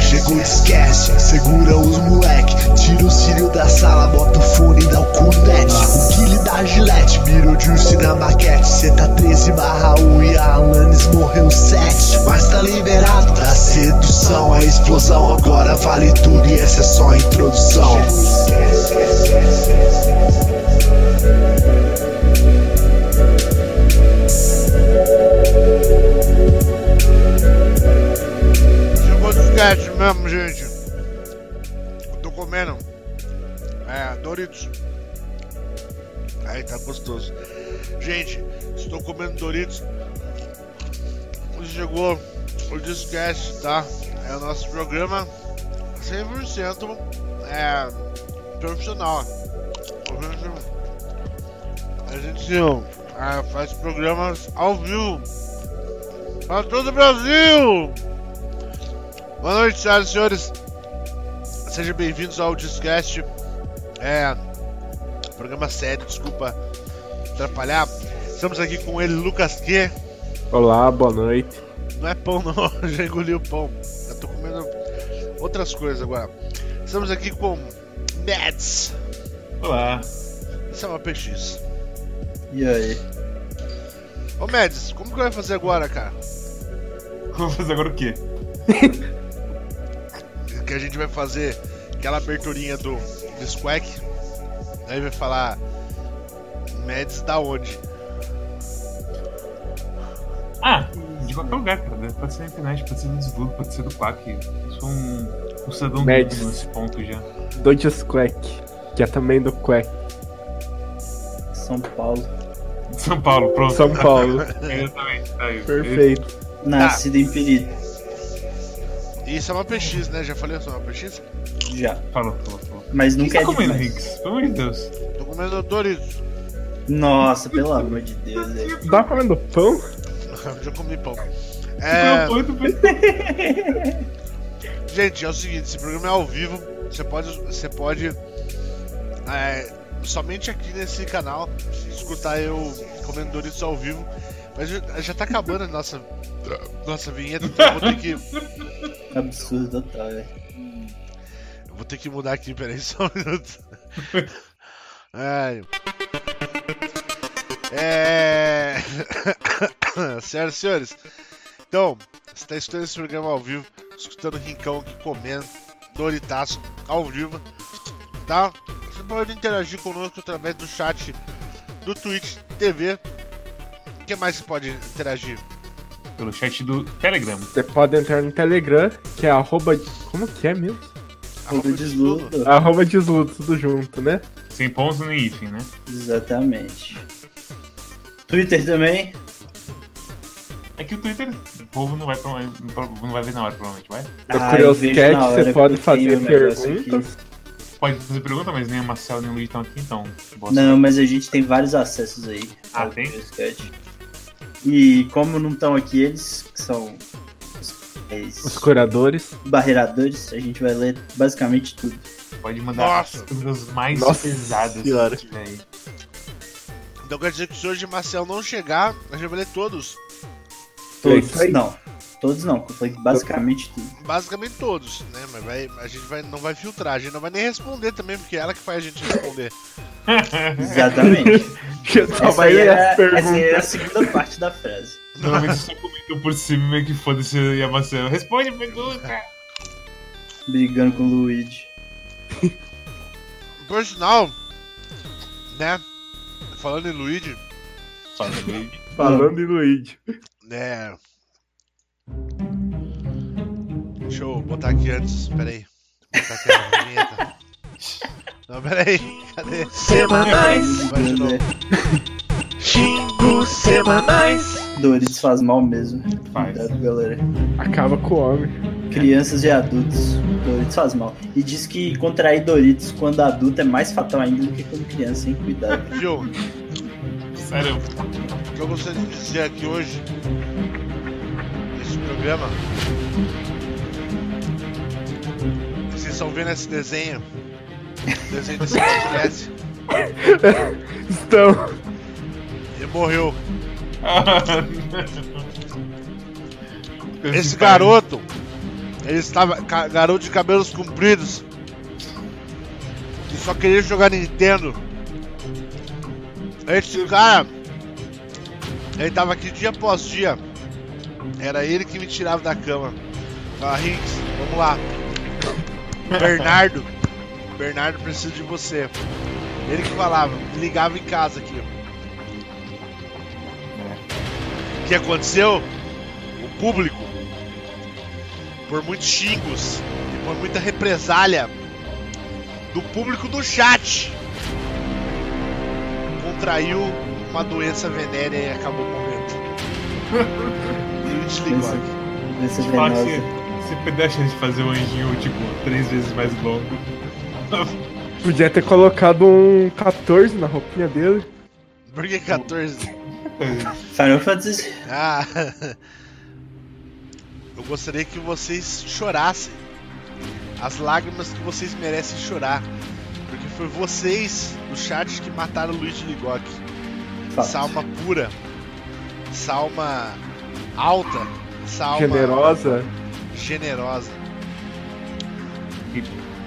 Chegou, esquece, segura os moleque. Tira o cílio da sala, bota o fone e dá o cunete. O Kili da Gillette, Miro Juice na maquete. Cê tá 13 barra 1 e a Alanis morreu 7. Mas tá liberado pra sedução, é explosão. Agora vale tudo e essa é só a introdução. Chegou dos cats mesmo, gente. Eu tô comendo. É, Doritos. Aí tá gostoso. Gente, estou comendo Doritos. Hoje Chegou o Discast, tá? É o nosso programa 100% é, profissional. A gente, a gente é, faz programas ao vivo para todo o Brasil. Boa noite, senhoras e senhores. Sejam bem-vindos ao Discast. É. Programa sério, desculpa atrapalhar. Estamos aqui com ele, Lucas Q. Olá, boa noite. Não é pão, não. Já engoli o pão. Eu tô comendo outras coisas agora. Estamos aqui com Mads. Olá. Isso é uma PX. E aí? Ô Mads, como que vai fazer agora, cara? Vamos fazer agora o quê? que a gente vai fazer aquela aberturinha do, do Squack. Aí vai falar Mads da onde? Ah, de qualquer lugar, cara. Né? Pode ser na internet, pode ser no Desvulgo, pode ser do Quack. Eu sou um, um cidadão Nerds. duplo nesse ponto já. Dodges Quack, que é também do Quack, São Paulo. De São Paulo, pronto. São Paulo. Exatamente, tá aí. Perfeito. Tá. Nascido em Perigo. E isso é uma PX, né? Já falei isso é uma PX? Já. Ele- Falou, falou, falou. Mas O que nunca você é tá comendo, demais. Riggs? Pelo amor de Deus. Tô comendo Doritos. Nossa, pelo amor de Deus. velho. Dá pra comer do Tá pão? Já comi pão. É... É, gente, é o seguinte, esse programa é ao vivo. Você pode, você pode é, somente aqui nesse canal escutar eu comendo Doritos ao vivo. Mas já, já tá acabando a nossa, nossa vinheta, então eu vou ter que é Absurdo total, é. velho. Eu vou ter que mudar aqui, peraí, só um minuto. Ai. É. Senhoras e senhores, então, você está escutando esse programa ao vivo, escutando o Rincão aqui comendo, Doritaço, ao vivo, tá? Você pode interagir conosco através do chat do Twitch TV. O que mais você pode interagir? Pelo chat do Telegram. Você pode entrar no Telegram, que é arroba. Como que é mesmo? Arroba Ah, Fogo de luto. Arroba desluto, tudo junto, né? Sem pontos nem hífen, né? Exatamente. Twitter também? É que o Twitter, o povo não vai, pra, não vai ver na hora, provavelmente, vai? No Ah, eu vejo Curioscat na hora é você que pode eu tenho fazer o negócio aqui. perguntas. Pode fazer pergunta, mas nem a Marcelo nem o Luiz estão aqui, então. bosta. Não, mas a gente tem vários acessos aí. Ah, ao tem? Curioscat. E como não estão aqui eles, que são os- Os os curadores. barreiradores, a gente vai ler basicamente tudo. Pode mandar Nossa. as perguntas mais Nossa pesadas. senhora. que tiver aí. Então quer dizer que se hoje Marcel não chegar, a gente vai ler todos. É Todos isso aí. não. Todos não, eu falei basicamente tudo. Basicamente todos, né? Mas vai, a gente vai, não vai filtrar, a gente não vai nem responder também, porque é ela que faz a gente responder. Exatamente. Já só essa, vai aí ler era, as essa aí perguntas. era a segunda parte da frase. Normalmente só comentou por cima meio que foda-se e a Marcelo. Responde a pergunta! Brigando com o Luigi. Por sinal, né? Falando em Luigi, Só que Falando em Luigi. né? Deixa eu botar aqui antes, peraí. Vou botar aqui a vinheta. Não, peraí, cadê? Semanais, Vai de novo. xingos semanais. Doritos faz mal mesmo. faz. Cuidado, galera. Acaba com o homem. Crianças e adultos. Doritos faz mal. E diz que contrair Doritos quando adulto é mais fatal ainda do que quando criança, hein? Cuidado. Viu? Sério, O que eu gostaria de dizer aqui hoje, nesse programa, vocês estão vendo esse desenho, o desenho desse podcast, Então, ele morreu. Esse garoto Ele estava ca- garoto de cabelos compridos. Que só queria jogar Nintendo. Esse cara. Ele tava aqui dia após dia. Era ele que me tirava da cama. Fala, Hinks, vamos lá. Bernardo. Bernardo precisa de você. Ele que falava, ligava em casa aqui. O que aconteceu? O público, por muitos xingos e por muita represália do público do chat, contraiu uma doença venérea e acabou morrendo. E desligou Doença- aqui. Doença Fala que venosa. se, se perder a chance de fazer um anjinho, tipo, três vezes mais longo. Podia ter colocado um 14 na roupinha dele. Por que 14? Final Fantasy. Ah, eu gostaria que vocês chorassem. As lágrimas que vocês merecem chorar. Porque foi vocês, no chat, que mataram o Luigi Ligok. Fato. Salma pura. Salma alta. Salma Generosa. generosa. E-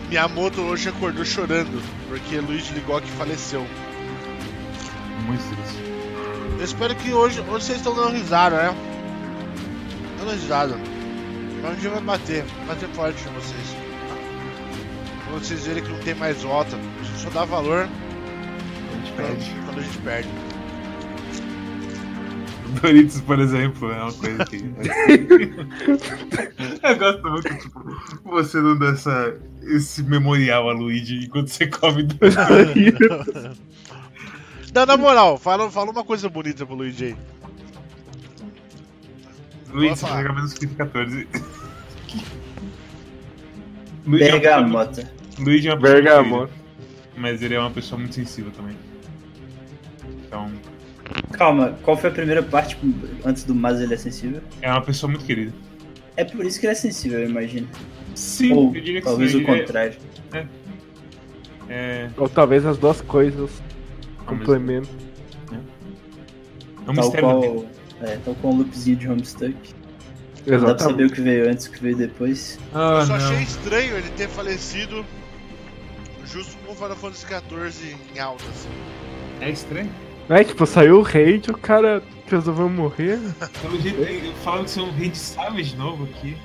Miyamoto hoje acordou chorando. Porque Luigi Ligok faleceu. Muito triste. Eu espero que hoje, hoje vocês estão dando risada, né? Dando risada. Mas um dia vai bater, bater forte em vocês. Quando vocês verem que não tem mais volta, a gente só dá valor A gente perde. quando, quando a gente perde. Doritos, por exemplo, é uma coisa que. Eu gosto muito, tipo, você não dá essa, esse memorial a Luigi enquanto você come Doritos. Não, na moral, fala, fala uma coisa bonita pro Luigi aí. Luigi, falar. pega menos que 14. Luigi é uma pessoa Bergamota. muito- Luigi é uma pessoa muito Bergamo. querida, Mas ele é uma pessoa muito sensível também. Então, Calma, qual foi a primeira parte antes do mas ele é sensível? é uma pessoa muito querida. É por isso que ele é sensível, eu imagino. Sim, Ou eu diria que talvez sim. o contrário. É, é, Ou talvez as duas coisas é um mistério. complementam. É um tal mistério. qual. da vida. É, tal qual um loopzinho de homestuck. Não dá pra saber Exatamente. o que veio antes, o que veio depois. Ah, Eu só não. achei estranho ele ter falecido justo com o Final Fantasy XIV em alta, assim. É estranho. Não é tipo, saiu o raid, o cara resolveu morrer. Pelo jeito, ele- falaram que você é um rei de sábios de novo aqui.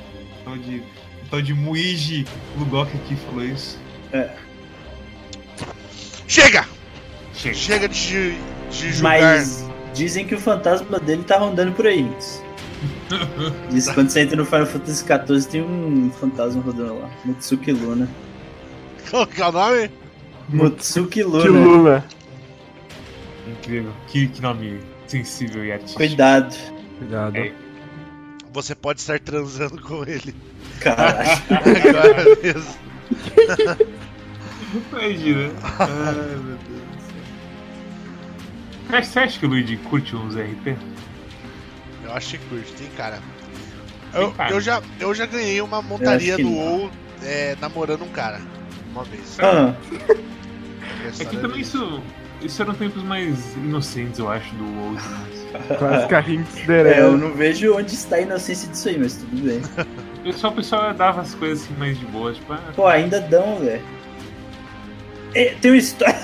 O tal de, o tal de Muigi Lugok aqui falou isso. Chega! Chega. Chega de, de julgar. Mas dizem que o fantasma dele tá rondando por aí. Diz que quando você entra no Final Fantasy XIV tem um fantasma rodando lá. Mutsuki Luna. Qual que é o nome? Mutsuki Que Luna. Lula. Incrível. Que, que nome sensível e artístico. Cuidado. Cuidado. É. Você pode estar transando com ele. Caralho. Agora mesmo. Imagina. Ai, meu Deus do céu. Mas você acha que o Luigi curte uns É RP? Eu acho que curte, tem cara. Eu, cara. eu já, eu já ganhei uma montaria que do não. WoW é, namorando um cara. Uma vez. Ah, Minha É que história também é isso, isso eram tempos mais inocentes, eu acho, do WoW. né? Quase carrinho de é, eu Cinderela. não vejo onde está a inocência disso aí, mas tudo bem. Eu só o pessoal dava as coisas assim mais de boa, tipo, ah, Pô, ainda dão, velho. É, Tem uma história.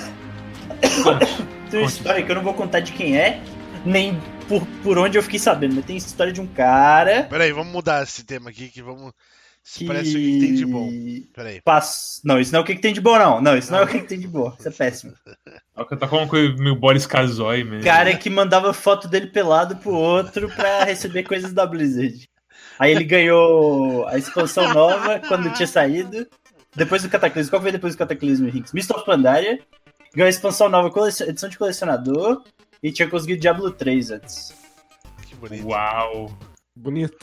Tem uma Conte. história que eu não vou contar de quem é, nem por, por onde eu fiquei sabendo, mas tem história de um cara Peraí, vamos mudar esse tema aqui que vamos. Se que. parece o que tem de bom. Peraí. Pass- Não, isso não é o que, que tem de bom, não. Não, isso não é o que, que tem de bom. Isso é péssimo. ó, É que eu tava com uma coisa meio Boris Casoy mesmo. Cara que mandava foto dele pelado pro outro pra receber coisas da Blizzard. Aí ele ganhou a expansão nova quando tinha saído. Depois do Cataclismo. Qual foi depois do Cataclismo, Hinks? Mist of Pandaria. Ganhou a expansão nova, cole- edição de colecionador. E tinha conseguido Diablo 3 antes. Que bonito. Uau! Bonito.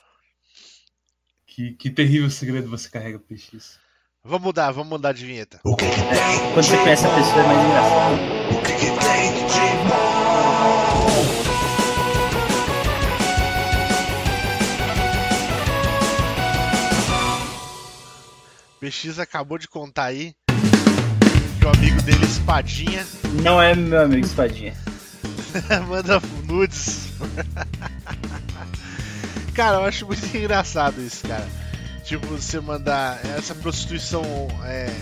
Que, que terrível segredo você carrega, PX. Vamos mudar, vamos mudar de vinheta. O que que tem Quando você conhece a pessoa é mais engraçado. O que que tem de bom? PX acabou de contar aí que o amigo dele, Espadinha, Não é meu amigo Espadinha. manda nudes. cara, eu acho muito engraçado isso, cara. Tipo, você mandar essa prostituição é,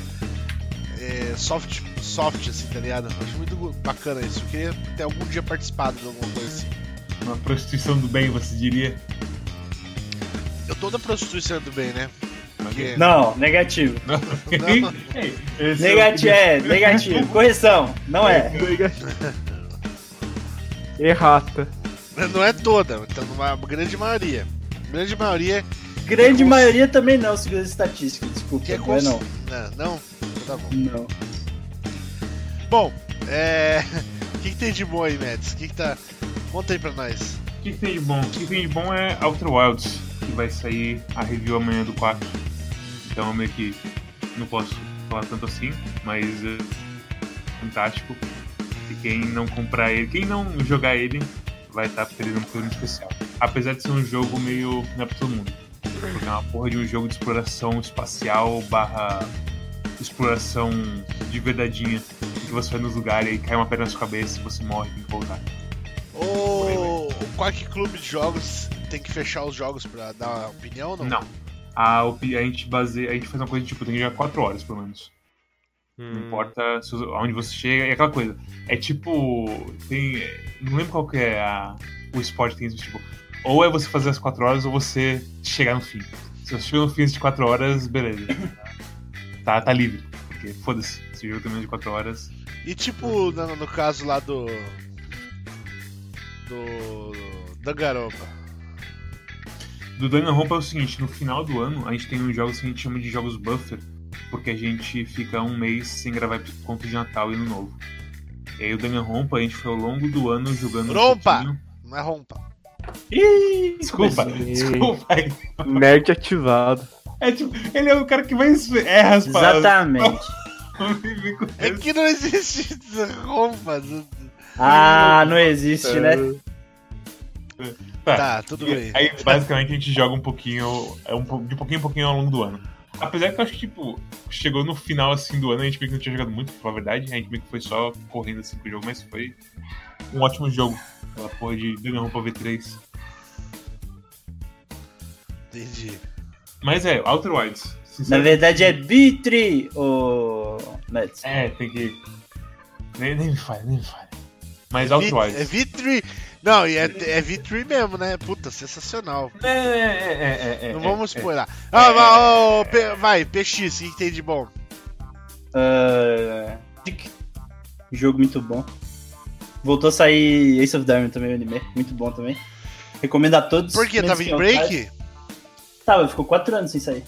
é, soft, soft, assim, tá ligado? Eu Acho muito bacana isso. Eu queria ter algum dia participado de alguma coisa assim. Uma prostituição do bem, você diria? Eu tô da prostituição do bem, né? Porque... Não, negativo. Não. Esse é o Negativo, é, negativo. Correção, não é. Errata. Não é toda, então uma grande maioria. Grande maioria Grande Cons- maioria também não, segundo as estatísticas, desculpa. que é não é não. Não, não? Então Tá bom. Não. Bom, é. O que, que tem de bom aí, Mads? O que, que tá. Conta aí pra nós. O que que tem de bom? O que que tem de bom é Outer Wilds, que vai sair a review amanhã do 4. Então eu meio que não posso falar tanto assim, mas é fantástico. E quem não comprar ele, quem não jogar ele, vai estar perdendo um prêmio especial. Apesar de ser um jogo meio. não é pra todo mundo. Porque é uma porra de um jogo de exploração espacial barra exploração de verdadeinha. Que você vai nos lugares e cai uma pedra na sua cabeça e você morre e tem que voltar. O, o Quark Clube de Jogos tem que fechar os jogos pra dar opinião ou não? Não. A, opi- a gente baseia, a gente faz uma coisa tipo, tem que jogar 4 horas pelo menos. Hum. Não importa se os- aonde você chega, é aquela coisa. É tipo. Tem. Não lembro qual que é a- o esporte que tem isso, tipo. Ou é você fazer as 4 horas ou você chegar no fim. Se você chega no fim antes de 4 horas, beleza. Tá, tá livre. Porque foda-se, esse jogo tem menos de 4 horas. E tipo, no, no caso lá do. Do. Da garopa. do Danganronpa é o seguinte, no final do ano a gente tem uns jogos que a gente chama de jogos buffer, porque a gente fica um mês sem gravar conto de Natal e Ano Novo. E aí o Danganronpa a gente foi ao longo do ano jogando... um Rompa! pouquinho. Não é rompa. Ih, desculpa, Sim. desculpa. Nerd ativado. É tipo, ele é o cara que mais erra as palavras. Exatamente. É que não existe rompa. Ah, não existe, né? Tá, tudo bem. Aí basicamente a gente joga um pouquinho, é um, po- de pouquinho em pouquinho ao longo do ano. Apesar que eu acho que, tipo, chegou no final assim do ano, a gente meio que não tinha jogado muito, pra falar a verdade, né? a gente meio que foi só correndo assim com o jogo, mas foi um ótimo jogo. Aquela porra de Danganronpa V3. Entendi. Mas é, Outer Wilds, Na sinceramente. verdade é Bitri, o Mets. É, tem que. Nem, nem me fale, nem me fale. Mas Vit- Outer é Wilds. V3. Não, e é, é V3 mesmo, né? Puta, sensacional. É, é, é, é, é, Não é, vamos é. spoiler. Ah, vai, ô, P- vai, PX, o que que tem de bom? Ah, tic. jogo muito bom. Voltou a sair Ace of Diamond também, o anime. Muito bom também. Recomendo a todos. Por quê? menos Tava em quem otário. break? Tava, ficou 4 anos sem sair.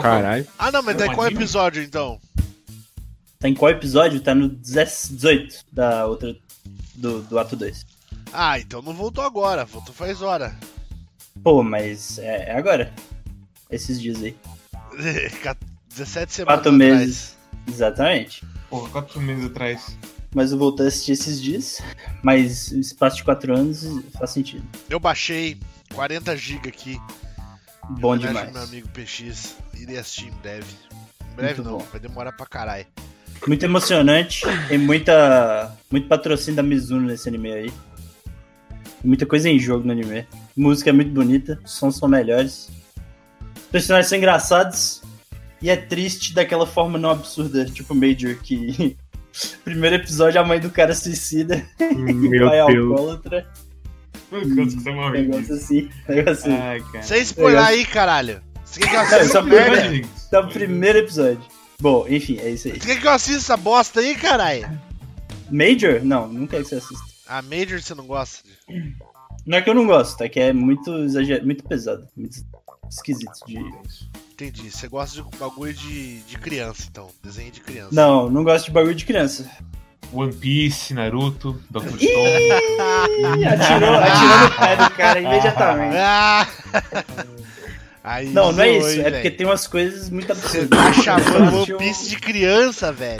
Caralho. Ah, não, mas tá em qual É um Anime? episódio então? Tá em qual episódio? Tá no 18 da outra. Do, do ato 2. Ah, então não voltou agora, voltou faz hora. Pô, mas é, é agora. Esses dias aí. 17 semanas Quatro atrás. meses. Exatamente. Porra, quatro meses atrás. Mas eu voltei a assistir esses dias. Mas um espaço de 4 anos faz sentido. Eu baixei 40 GB aqui. Bom homenagem ao demais. Meu amigo PX, irei assistir em breve. Em breve Muito não, bom. vai demorar pra caralho. Muito emocionante e muita, muito patrocínio da Mizuno nesse anime aí. Muita coisa em jogo no anime. Música é muito bonita, os sons são melhores. Os personagens são engraçados e é triste daquela forma não absurda, tipo Major, que primeiro episódio a mãe do cara suicida, Meu vai Deus. alcoólatra, Meu Deus, que tá mal negócio assim, negócio assim. Ai, cara. Sem spoiler Eu- aí, caralho. Você quer que eu Não, assista essa essa merda? primeira- Tá o primeiro episódio. Bom, enfim, é isso aí. Você quer que eu assista essa bosta aí, caralho? Major? Não, nunca é que você assista. A Major você não gosta? Não é que eu não gosto, é que é muito exagerado, muito pesado, muito esquisito de. Entendi. Você gosta de bagulho de, de criança, então. Desenho de criança. Não, não gosto de bagulho de criança. One Piece, Naruto, Dr. Ih! Stone. Ih, atirou, atirou no pé do cara imediatamente. Ah! Aí Não, não é zoou, isso, hein, é velho. porque tem um umas coisas muito Você absurdas. tá chamando Eu One Piece de criança, velho.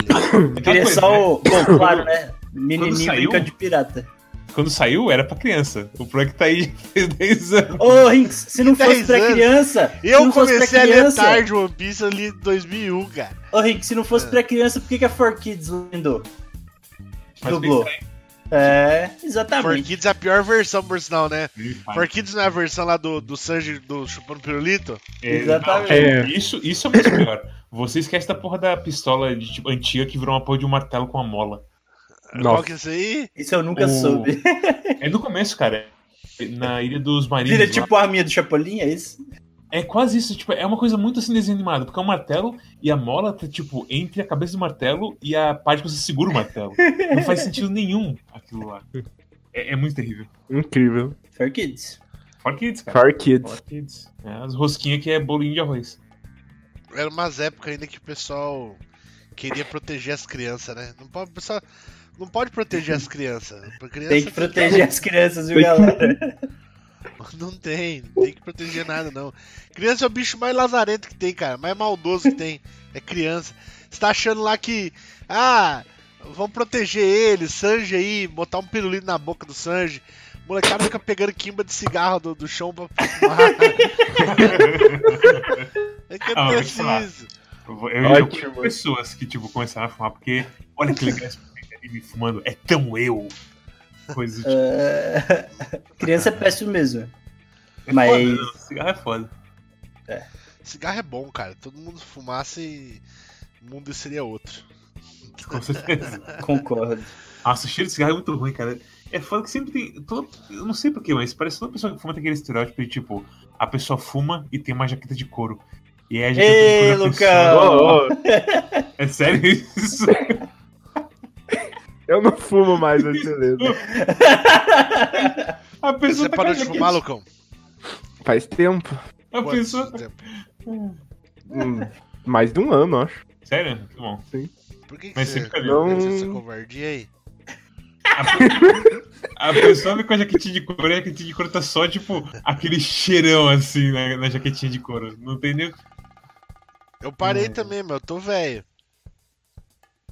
Queria coisa, só né? o. Bom, claro, né? Quando Menininho saiu- brinca de pirata. Quando saiu, era pra criança. O problema é que tá aí já fez 10 anos. Ô, Rinks, se não fosse Dez pra anos. criança. se Eu não fosse pra comecei a ler criança, tarde É. One Piece ali em 2001, cara. é Ô, Rinks, se não fosse pra criança, por que, que a 4Kids lindou? Mas Dublou. bem estranho. É, For exatamente. Kids é a pior versão, por sinal, né? Ele faz. For Kids não é a versão lá do, do Sanji do chupando pirulito? É, Exatamente. não, Isso, isso é muito pior. Você esquece da porra da pistola de, tipo, antiga que virou uma porra de um martelo com a mola. Qual Nossa. que é isso aí? Isso eu nunca O- soube. É no começo, cara. É Na Ilha dos Marinhos. Vira lá. tipo a arminha do Chapolin, é isso? É quase isso, tipo, é uma coisa muito assim desenho animado, porque é um martelo e a mola tá, tipo, entre a cabeça do martelo e a parte que você segura o martelo. Não faz sentido nenhum aquilo lá. É, é muito terrível. Incrível. Fair Kids. For Kids, Tá. cara. Far Kids. For Kids. É, as rosquinhas que é bolinho de arroz. Era umas épocas ainda que o pessoal queria proteger as crianças, né? Não pode, pessoal, não pode proteger as crianças. Pra criança Tem que proteger as crianças, viu, Tem que- galera? Não tem, não tem que proteger nada, não. Criança é o bicho mais lazarento que tem, cara, mais maldoso que tem. É criança. Você tá achando lá que. Ah, vamos proteger ele, Sanji aí, botar um pirulino na boca do Sanji. O molecada fica pegando quimba de cigarro do, do chão pra pra fumar. é que Ah, é eu vou te falar. preciso. Eu, eu, eu conheço Ótimo. pessoas que, tipo, começaram a fumar porque, olha que legal esse ele fumando, é tão eu. Coisa do tipo. É, Criança é péssimo mesmo. É mas- foda, não, cigarro é foda. Cigarro é bom, cara. Todo mundo fumasse, o mundo seria outro. Com certeza. Concordo. Nossa, o cheiro de cigarro é muito ruim, cara. É foda que sempre tem. todo- eu não sei porquê, mas parece toda pessoa que fuma tem aquele estereótipo de tipo, a pessoa fuma e tem uma jaqueta de couro. E aí a jaqueta Ei, de couro da Lucão! pessoa- Ô, ô, É sério isso? eu não fumo mais, mas beleza. A pessoa Você tá parou com a de fumar, jaqueta- Lucão? Faz tempo. A pessoa. Quanto tempo? Hum, mais de um ano, acho. Sério? Muito bom. Por que, que Mas você. sempre cadê? Não. Essa covardia aí. A pessoa vem com a jaquetinha de couro e a jaquetinha de couro tá só, tipo, aquele cheirão assim na, na jaquetinha de couro. Não tem nem. Eu parei Uhum. Hum. também, meu, eu tô velho.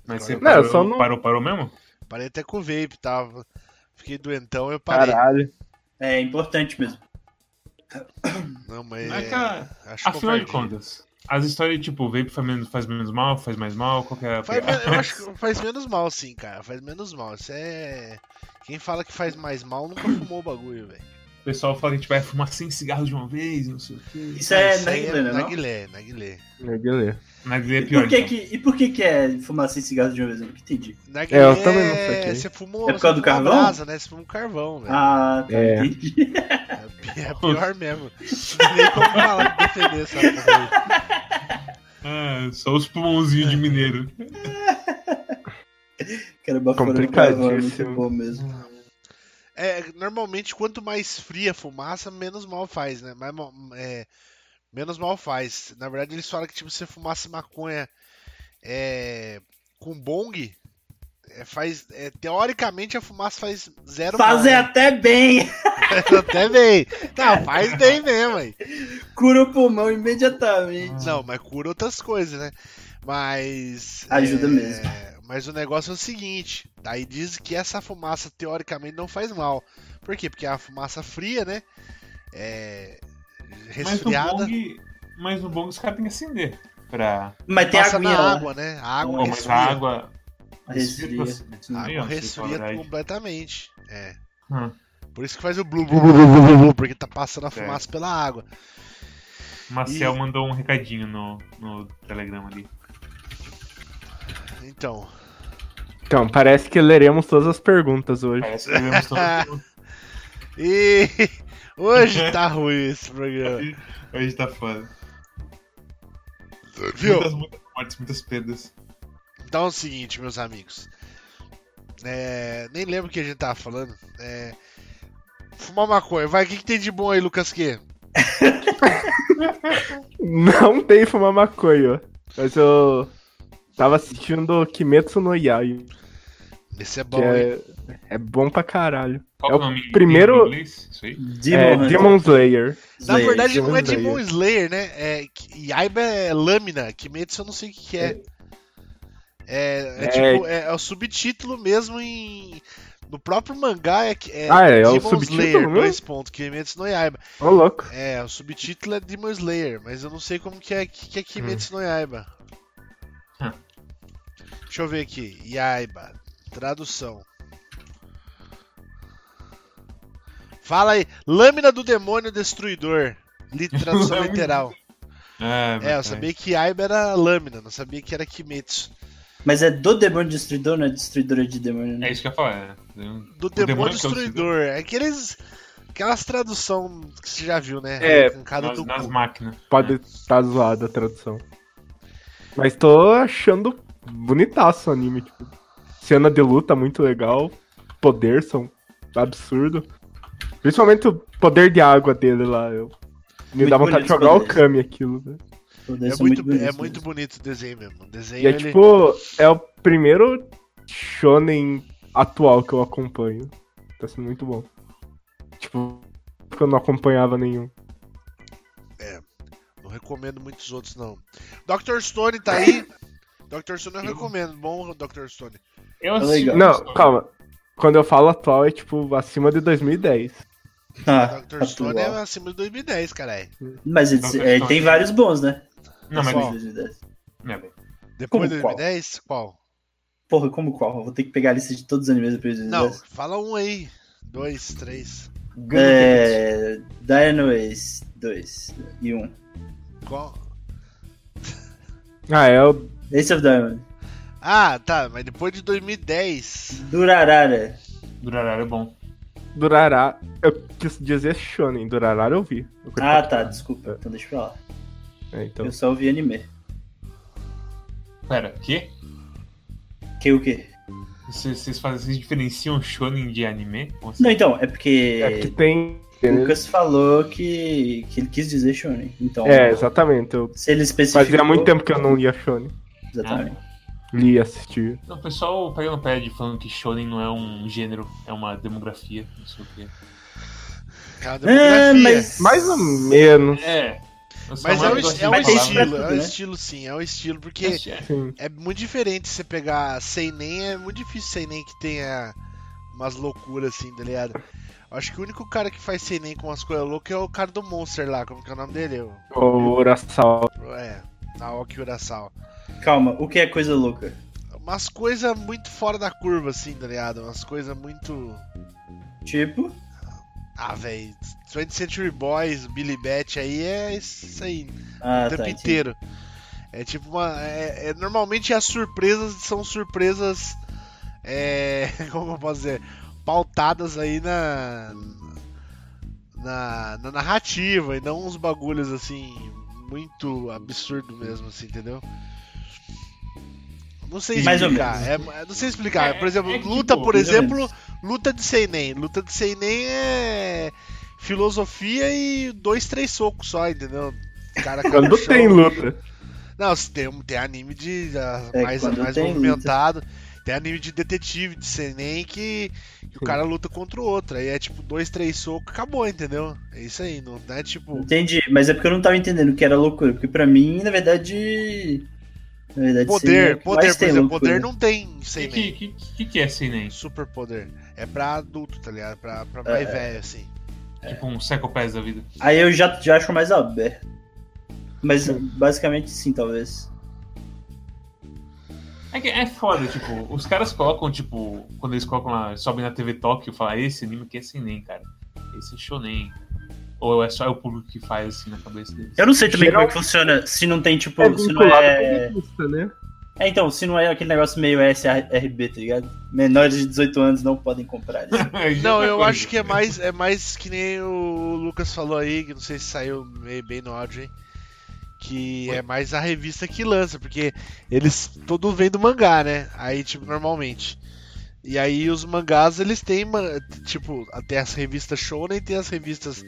Mas você Não, parou, eu só não- parou, parou mesmo? Parei até com o vape, tava. Fiquei doentão, eu parei. Caralho. É importante mesmo. Não, mas. Mas, é, cara, acho Afinal de covardia. contas, as histórias tipo, vape faz menos, faz menos mal, faz mais mal, qual que é a Faz, pegada? men- eu acho que faz menos mal, sim, cara. Faz menos mal. Isso é. Quem fala que faz mais mal nunca fumou o bagulho, velho. O pessoal fala que tipo, vai fumar 100 cigarros de uma vez, não sei o quê. Isso é Isso na aí Guilherme, na não? Guilé, na Guilé. Meu Deus. Mas é E pior. por, que, então. que, e por que, que é fumar sem cigarro de uma vez? Eu não entendi. Na É, eu também não saquei. Você fumou. É por causa você fumou do carvão? brasa, né? Você fumou carvão, velho. Ah, tá, É. entendi. É pi- É pior mesmo. Não tem nem como falar pra defender essa porra aí. Ah, só os pulmãozinhos de mineiro. Quero bafar no Complicadíssimo. carvão, é muito bom mesmo. É, normalmente, quanto mais fria a fumaça, menos mal faz, né? Mais, mal- é, menos mal faz. Na verdade, eles falam que tipo, se você fumasse maconha é, com bong, é, faz, é, teoricamente a fumaça faz zero Fazer mal. até bem! Né? Até bem. Não, faz bem mesmo, aí. Cura o pulmão imediatamente. Não, mas cura outras coisas, né? Mas. Ajuda é, mesmo. Mas o negócio é o seguinte: daí diz que essa fumaça teoricamente não faz mal. Por quê? Porque é a fumaça fria, né? É. Mas no Resfriada. bong, mas no bong os caras têm que acender. Pra... Mas tem Passa aguinha na lá. água, né? A água Pô, é Não, mas resfria. a água. Resfria. Resfria. tipo A Aí, água ó, não sei qual é a resfria verdade. completamente. É. Hum. É. Por isso que faz o blu, blu, blu, blu, blu, blu, porque tá passando a fumaça pela água. Marcel E- mandou um recadinho no, no Telegram ali. Então, Então, parece que leremos todas as perguntas hoje. Parece que tivemos todo- e hoje tá ruim esse programa. Hoje tá foda. Viu? Muitas, muitas mortes, muitas perdas. Então é o seguinte, meus amigos. É, nem lembro o que a gente tava falando. É, fumar maconha. Vai, o que, que tem de bom aí, Lucas Q? Não tem fumar maconha. Mas eu tava assistindo Kimetsu no Yaiba, Esse é que bom, hein? é, é bom pra caralho. Qual É é o o nome? em primeiro- inglês? Isso aí? É, Hunter. Demon Slayer. Na Slayer. verdade, não é Demon Demon Slayer, né? É, que- Yaiba é lâmina. Kimetsu eu não sei o que, que é. É, é É. tipo, é, é o subtítulo mesmo em. No próprio mangá é, que- é, Ah, é, é o Demon subtítulo Slayer, mesmo? dois pontos, Kimetsu no Yaiba. Ô, louco. É, o subtítulo é Demon Slayer, mas eu não sei como que é, que, que é Kimetsu no Yaiba. Hum. Deixa eu ver aqui. Yaiba. Tradução. Fala aí. Lâmina do Demônio Destruidor. Li- Tradução Lâmina. literal. É, É, eu sabia que Aiba era lâmina, não sabia que era Kimetsu. Mas é do demônio destruidor, não é destruidora de demônio, né? É isso que eu ia falar. é. Do demônio demônio que é o destruidor. É aqueles. Aquelas tradução que você já viu, né? É, Arrancada Nas, do nas cu. máquinas. Pode estar zoada a tradução. Mas tô achando bonitaço o anime. Tipo, cena de luta muito legal. Poder são absurdo. Principalmente o poder de água dele lá. Eu... Me Muito dá vontade de bonito jogar o poder. Kami aquilo. né? velho. É muito, é muito bonito o desenho mesmo. O desenho E é ele- tipo, é o primeiro shonen atual que eu acompanho. Tá sendo muito bom. Tipo, eu não acompanhava nenhum. Não recomendo muitos outros, não. Dr. Stone tá aí. Dr. Stone eu recomendo. Bom, Dr. Stone. Eu Tá legal. Não, calma. Quando eu falo atual é tipo acima de 2010. Ah, Dr. Stone é atual. acima de 2010, caralho. Mas ele, Dr. é, Stone. tem vários bons, né? Não, mas. Pessoal. Não, velho. Depois de Como qual? 2010? Qual? Porra, como qual? Eu vou ter que pegar a lista de todos os animes depois de Não, fala um aí. Dois, três. É. Dino Ace 2 e 1. Qual? Ah, é o. Ace of Diamond. Ah, tá, mas depois de 2010. Durarara. Durarara é bom. Durará. Eu quis dizer Shonen. Durará eu vi. Eu curti Ah, pra tá, caralho. desculpa. Então deixa pra lá. É, então. Eu só ouvi anime. Pera, quê? Que o quê? Vocês, vocês fazem, vocês diferenciam shonen de anime? Como assim? Não, então, é porque. É que tem. O Lucas falou que, que ele quis dizer Shonen. Então, É, exatamente. Eu se ele especificou... fazia muito tempo que eu não lia Shonen. Exatamente. Li e assistia. Não, o pessoal pega no pé de falando que shonen não é um gênero, é uma demografia, não sei o quê. Cara, É, demografia. mas... Mais ou menos, É. eu só Mas é não um, gosto é de um Mas palavra. tem pra estilo, é um tudo, né? estilo sim, é um estilo, porque É, sim. é muito diferente você pegar sem nem, é muito difícil sem nem que tenha umas loucuras assim, tá ligado? Acho que o único cara que faz sem nem com umas coisas loucas é o cara do Monster lá, como que é o nome dele? O- O Urasawa. É, Naoki Urasawa. Calma, o que é coisa louca? Umas coisas muito fora da curva, assim, tá ligado? Umas coisas muito. Tipo, Ah, velho, 20th Century Boys, Billy Bat aí é isso aí, ah, o tempo tá, entendi. inteiro. É tipo uma. é- é- normalmente as surpresas são surpresas. É, como eu posso dizer? Pautadas aí na, na. na narrativa e não uns bagulhos assim. Muito absurdo mesmo, assim, entendeu? Não sei Mais ou explicar. é- é- não sei explicar. É- por exemplo, é que, luta, tipo, por mais ou exemplo, menos. luta de Seinen. Luta de Seinen é filosofia e dois, três socos só, entendeu? O Cara cai no Quando chão. tem luta. Não, se tem, tem anime de ah, É, mais, quando mais tem luta. movimentado. Tem anime de detetive, de Senem, que, que o cara luta contra o outro. Aí é tipo dois, três socos, acabou, entendeu? É isso aí, não é tipo. Entendi, mas é porque eu não tava entendendo o que era loucura. Porque pra mim, na verdade... Na verdade, seria o Poder, que poder, mais por tem né? exemplo, loucura. poder não tem que, Senem. que, que, que que é seinen? Super poder. É pra adulto, tá ligado? Pra, pra É, mais velho, assim. Tipo um psychopath da vida. Aí eu já, já acho mais aberto. Mas basicamente sim, talvez. É que é foda, tipo, os caras colocam, tipo, quando eles colocam lá, sobem na TV Tóquio e falam, "Ah, esse anime aqui é seinen, cara. Esse é shonen. Ou é só o público que faz assim na cabeça deles. Eu não sei também Geral- como é que funciona se não tem, tipo, É se não vinculado é... à revista, né? É, então, se não é aquele negócio meio SRB, tá ligado? Menores de 18 anos não podem comprar né? isso. Não, eu acho que é mais, é mais que nem o Lucas falou aí, que não sei se saiu meio bem no áudio, hein? Que é mais a revista que lança, porque eles todo vem do mangá, né? Aí, tipo, normalmente. E aí os mangás, eles têm, ma- tipo, até as revistas Shonen, tem as revistas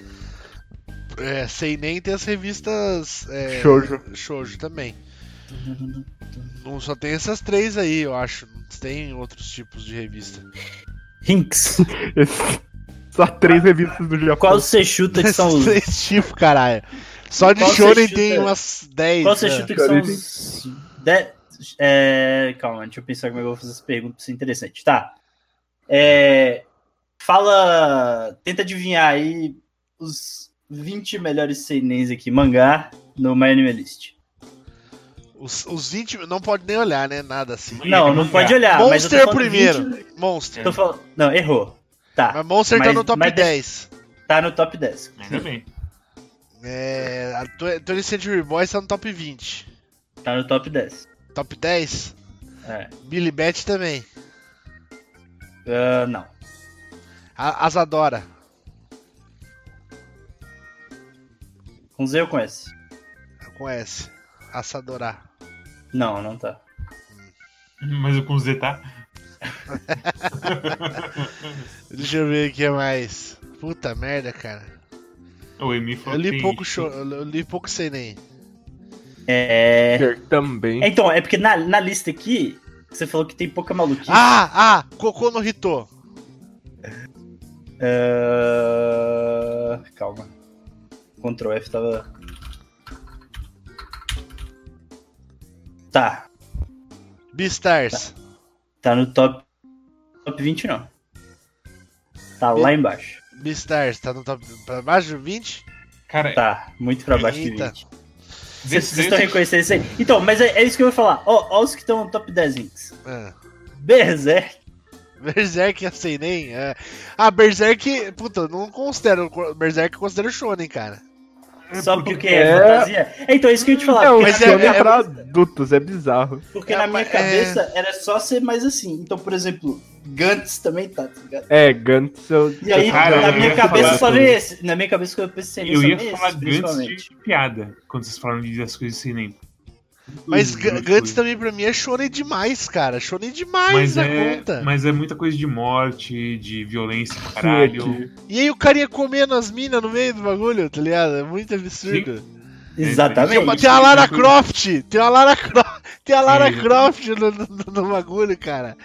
é, Seinen, tem as revistas é, Shoujo. Shoujo também. Não só tem essas três aí, eu acho. Não tem outros tipos de revista. Hinks. Esse- Só três revistas do Japão. Qual você chuta que são os. Três tipos, caralho. Só de Qual você Shonen chuta? tem umas 10. Qual você né? chuta que são os. De... É... Calma, deixa eu pensar como é que eu vou fazer essa pergunta pra ser interessante. Tá. É... Fala. Tenta adivinhar aí os 20 melhores seinens aqui, mangá, no My Anime List. Os, os 20 não pode nem olhar, né? Nada assim. Não, não mangá. pode olhar. Ah, mas eu tô Monster é falando primeiro. 20... Monster. Tô falando... Não, errou. Tá. Mas Monster tá Mas- no top mas- 10. Tá no top 10. Ainda bem. É, a Tw- 20th Century Boys tá no top 20. Tá no top 10. Top 10? É. Billy Bat também. Ah, não. A Asadora. Com Z eu conheço. Com S. Assadorá. Não, não tá. Mas o com Z tá. Deixa eu ver o que é mais. Puta merda, cara. O Emi falou Eu que li tem- pouco show, eu li pouco sei nem. É. Também. Então, é porque na, na lista aqui, você falou que tem pouca maluquice. Ah, ah, Cocô no Hitô. Ah, Calma. Ctrl F tava. Tá. Beastars. Tá no top. Top 20 não. Tá lá embaixo. Beastars, tá no top. Pra baixo de 20? Cara, Tá, muito pra baixo Eita. de 20. Vocês desses vocês estão reconhecendo isso aí? Então, mas é, é isso que eu ia falar. Ó, ó os que estão no top 10 links. Ah. Berserk. Berserk e a Seinen. É. Ah, Berserk. Puta, eu não considero. Berserk eu considero Shonen, cara. só porque, porque é, é- fantasia. É, então, é isso que eu ia te falar. É, o porque mas na é- Shonen minha- é pra adultos, é bizarro. Porque É, na minha mas é- cabeça era só ser mais assim. Então, por exemplo, Gantz também tá, tá ligado? É, Gantz eu. E aí, Cara, na eu minha ia cabeça falar só tudo. veio esse. Na minha cabeça, quando eu pensei nisso, Eu ia só veio falar esse, Gantz de piada quando vocês falaram de das coisas sem nem. Uhum, Mas Ga- Tudo, Guts tudo. também pra mim é Shonen demais, cara. Shonen demais Mas da é, né? conta. mas é muita coisa de morte, de violência, pra assim, é caralho. E aí o cara ia comendo as minas no meio do bagulho, tá ligado? É muito absurdo. Exatamente. tipo Sim. é Tem a Lara Croft! Tem a Lara Croft! Tem a Lara Sim. Croft no, no- no bagulho, cara.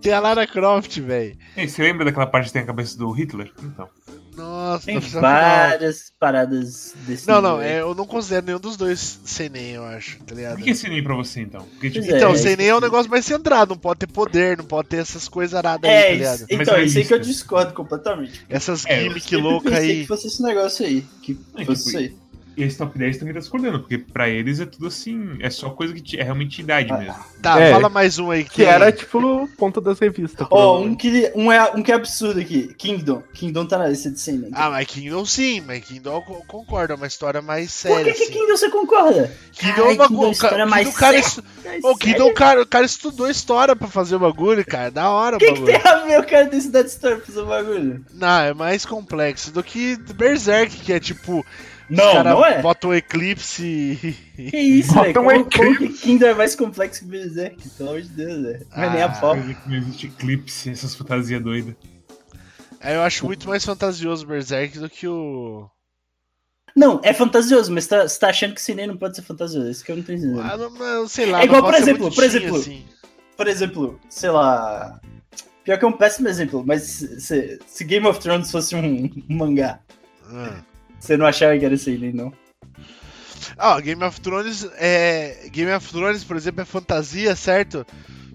Tem a Lara Croft, velho. Ei, você lembra daquela parte que tem a cabeça do Hitler? Então. Nossa, Tem só- várias paradas desse Não, não, nível aí. é, eu não considero nenhum dos dois sem nem, eu acho, tá Por ligado? que nem pra você então? Porque, tipo, Pois Então, é, sem isso nem é um que- negócio mais centrado, não pode ter poder, não pode ter essas coisas aradas aí, É, tá isso, ligado? então, Mas é isso aí que eu isso. discordo completamente. Essas É, eu gimmick Eu louca pensei aí. que fosse esse negócio aí. Que É, fosse isso tipo, aí. esse top 10 também tá discordando, porque pra eles é tudo assim, é só coisa que te- é realmente idade Ah. mesmo. Tá, É. fala mais um aí que, Que era tipo o ponto das revistas. Ó, um, provavelmente. que, um, é, um que é absurdo aqui. Kingdom. Kingdom tá na lista de 100, né? Ah, mas Kingdom sim, mas Kingdom eu co- concordo, é uma história mais Por séria. que, que assim. Kingdom você concorda? Kingdom Ai, é uma Kingdom é uma co- história ca- mais Kingdom, cara, séria. estu- Sério? Ô, Kingdom, cara, o cara estudou história pra fazer o bagulho, cara. Da hora, O que, que bagulho. tem a ver o cara ter cidade história pra fazer bagulho? Não, é mais complexo do que Berserk, que é tipo. Não, não é? Bota um eclipse e. Que isso, Bota velho? um Como, eclipse. como que Kingdom é mais complexo que Berserk? Pelo amor de Deus, velho. Não é nem a Ah. pau. Coisa que não existe eclipse, essas fantasias doidas. Aí eu acho muito mais fantasioso o Berserk do que o. Não, é fantasioso, mas tá- você tá achando que cinema não pode ser fantasioso. é Isso que eu não tô entendendo. Ah, não, não, sei lá. É igual, não por gosto, é exemplo, muito por chinho, exemplo. assim. Por exemplo, sei lá. Pior que é um péssimo exemplo, mas se, se- se Game of Thrones fosse um, um mangá, Ah. você não achava que era seinen, não? Ah, Game of Thrones é. Game of Thrones, por exemplo, é fantasia, certo?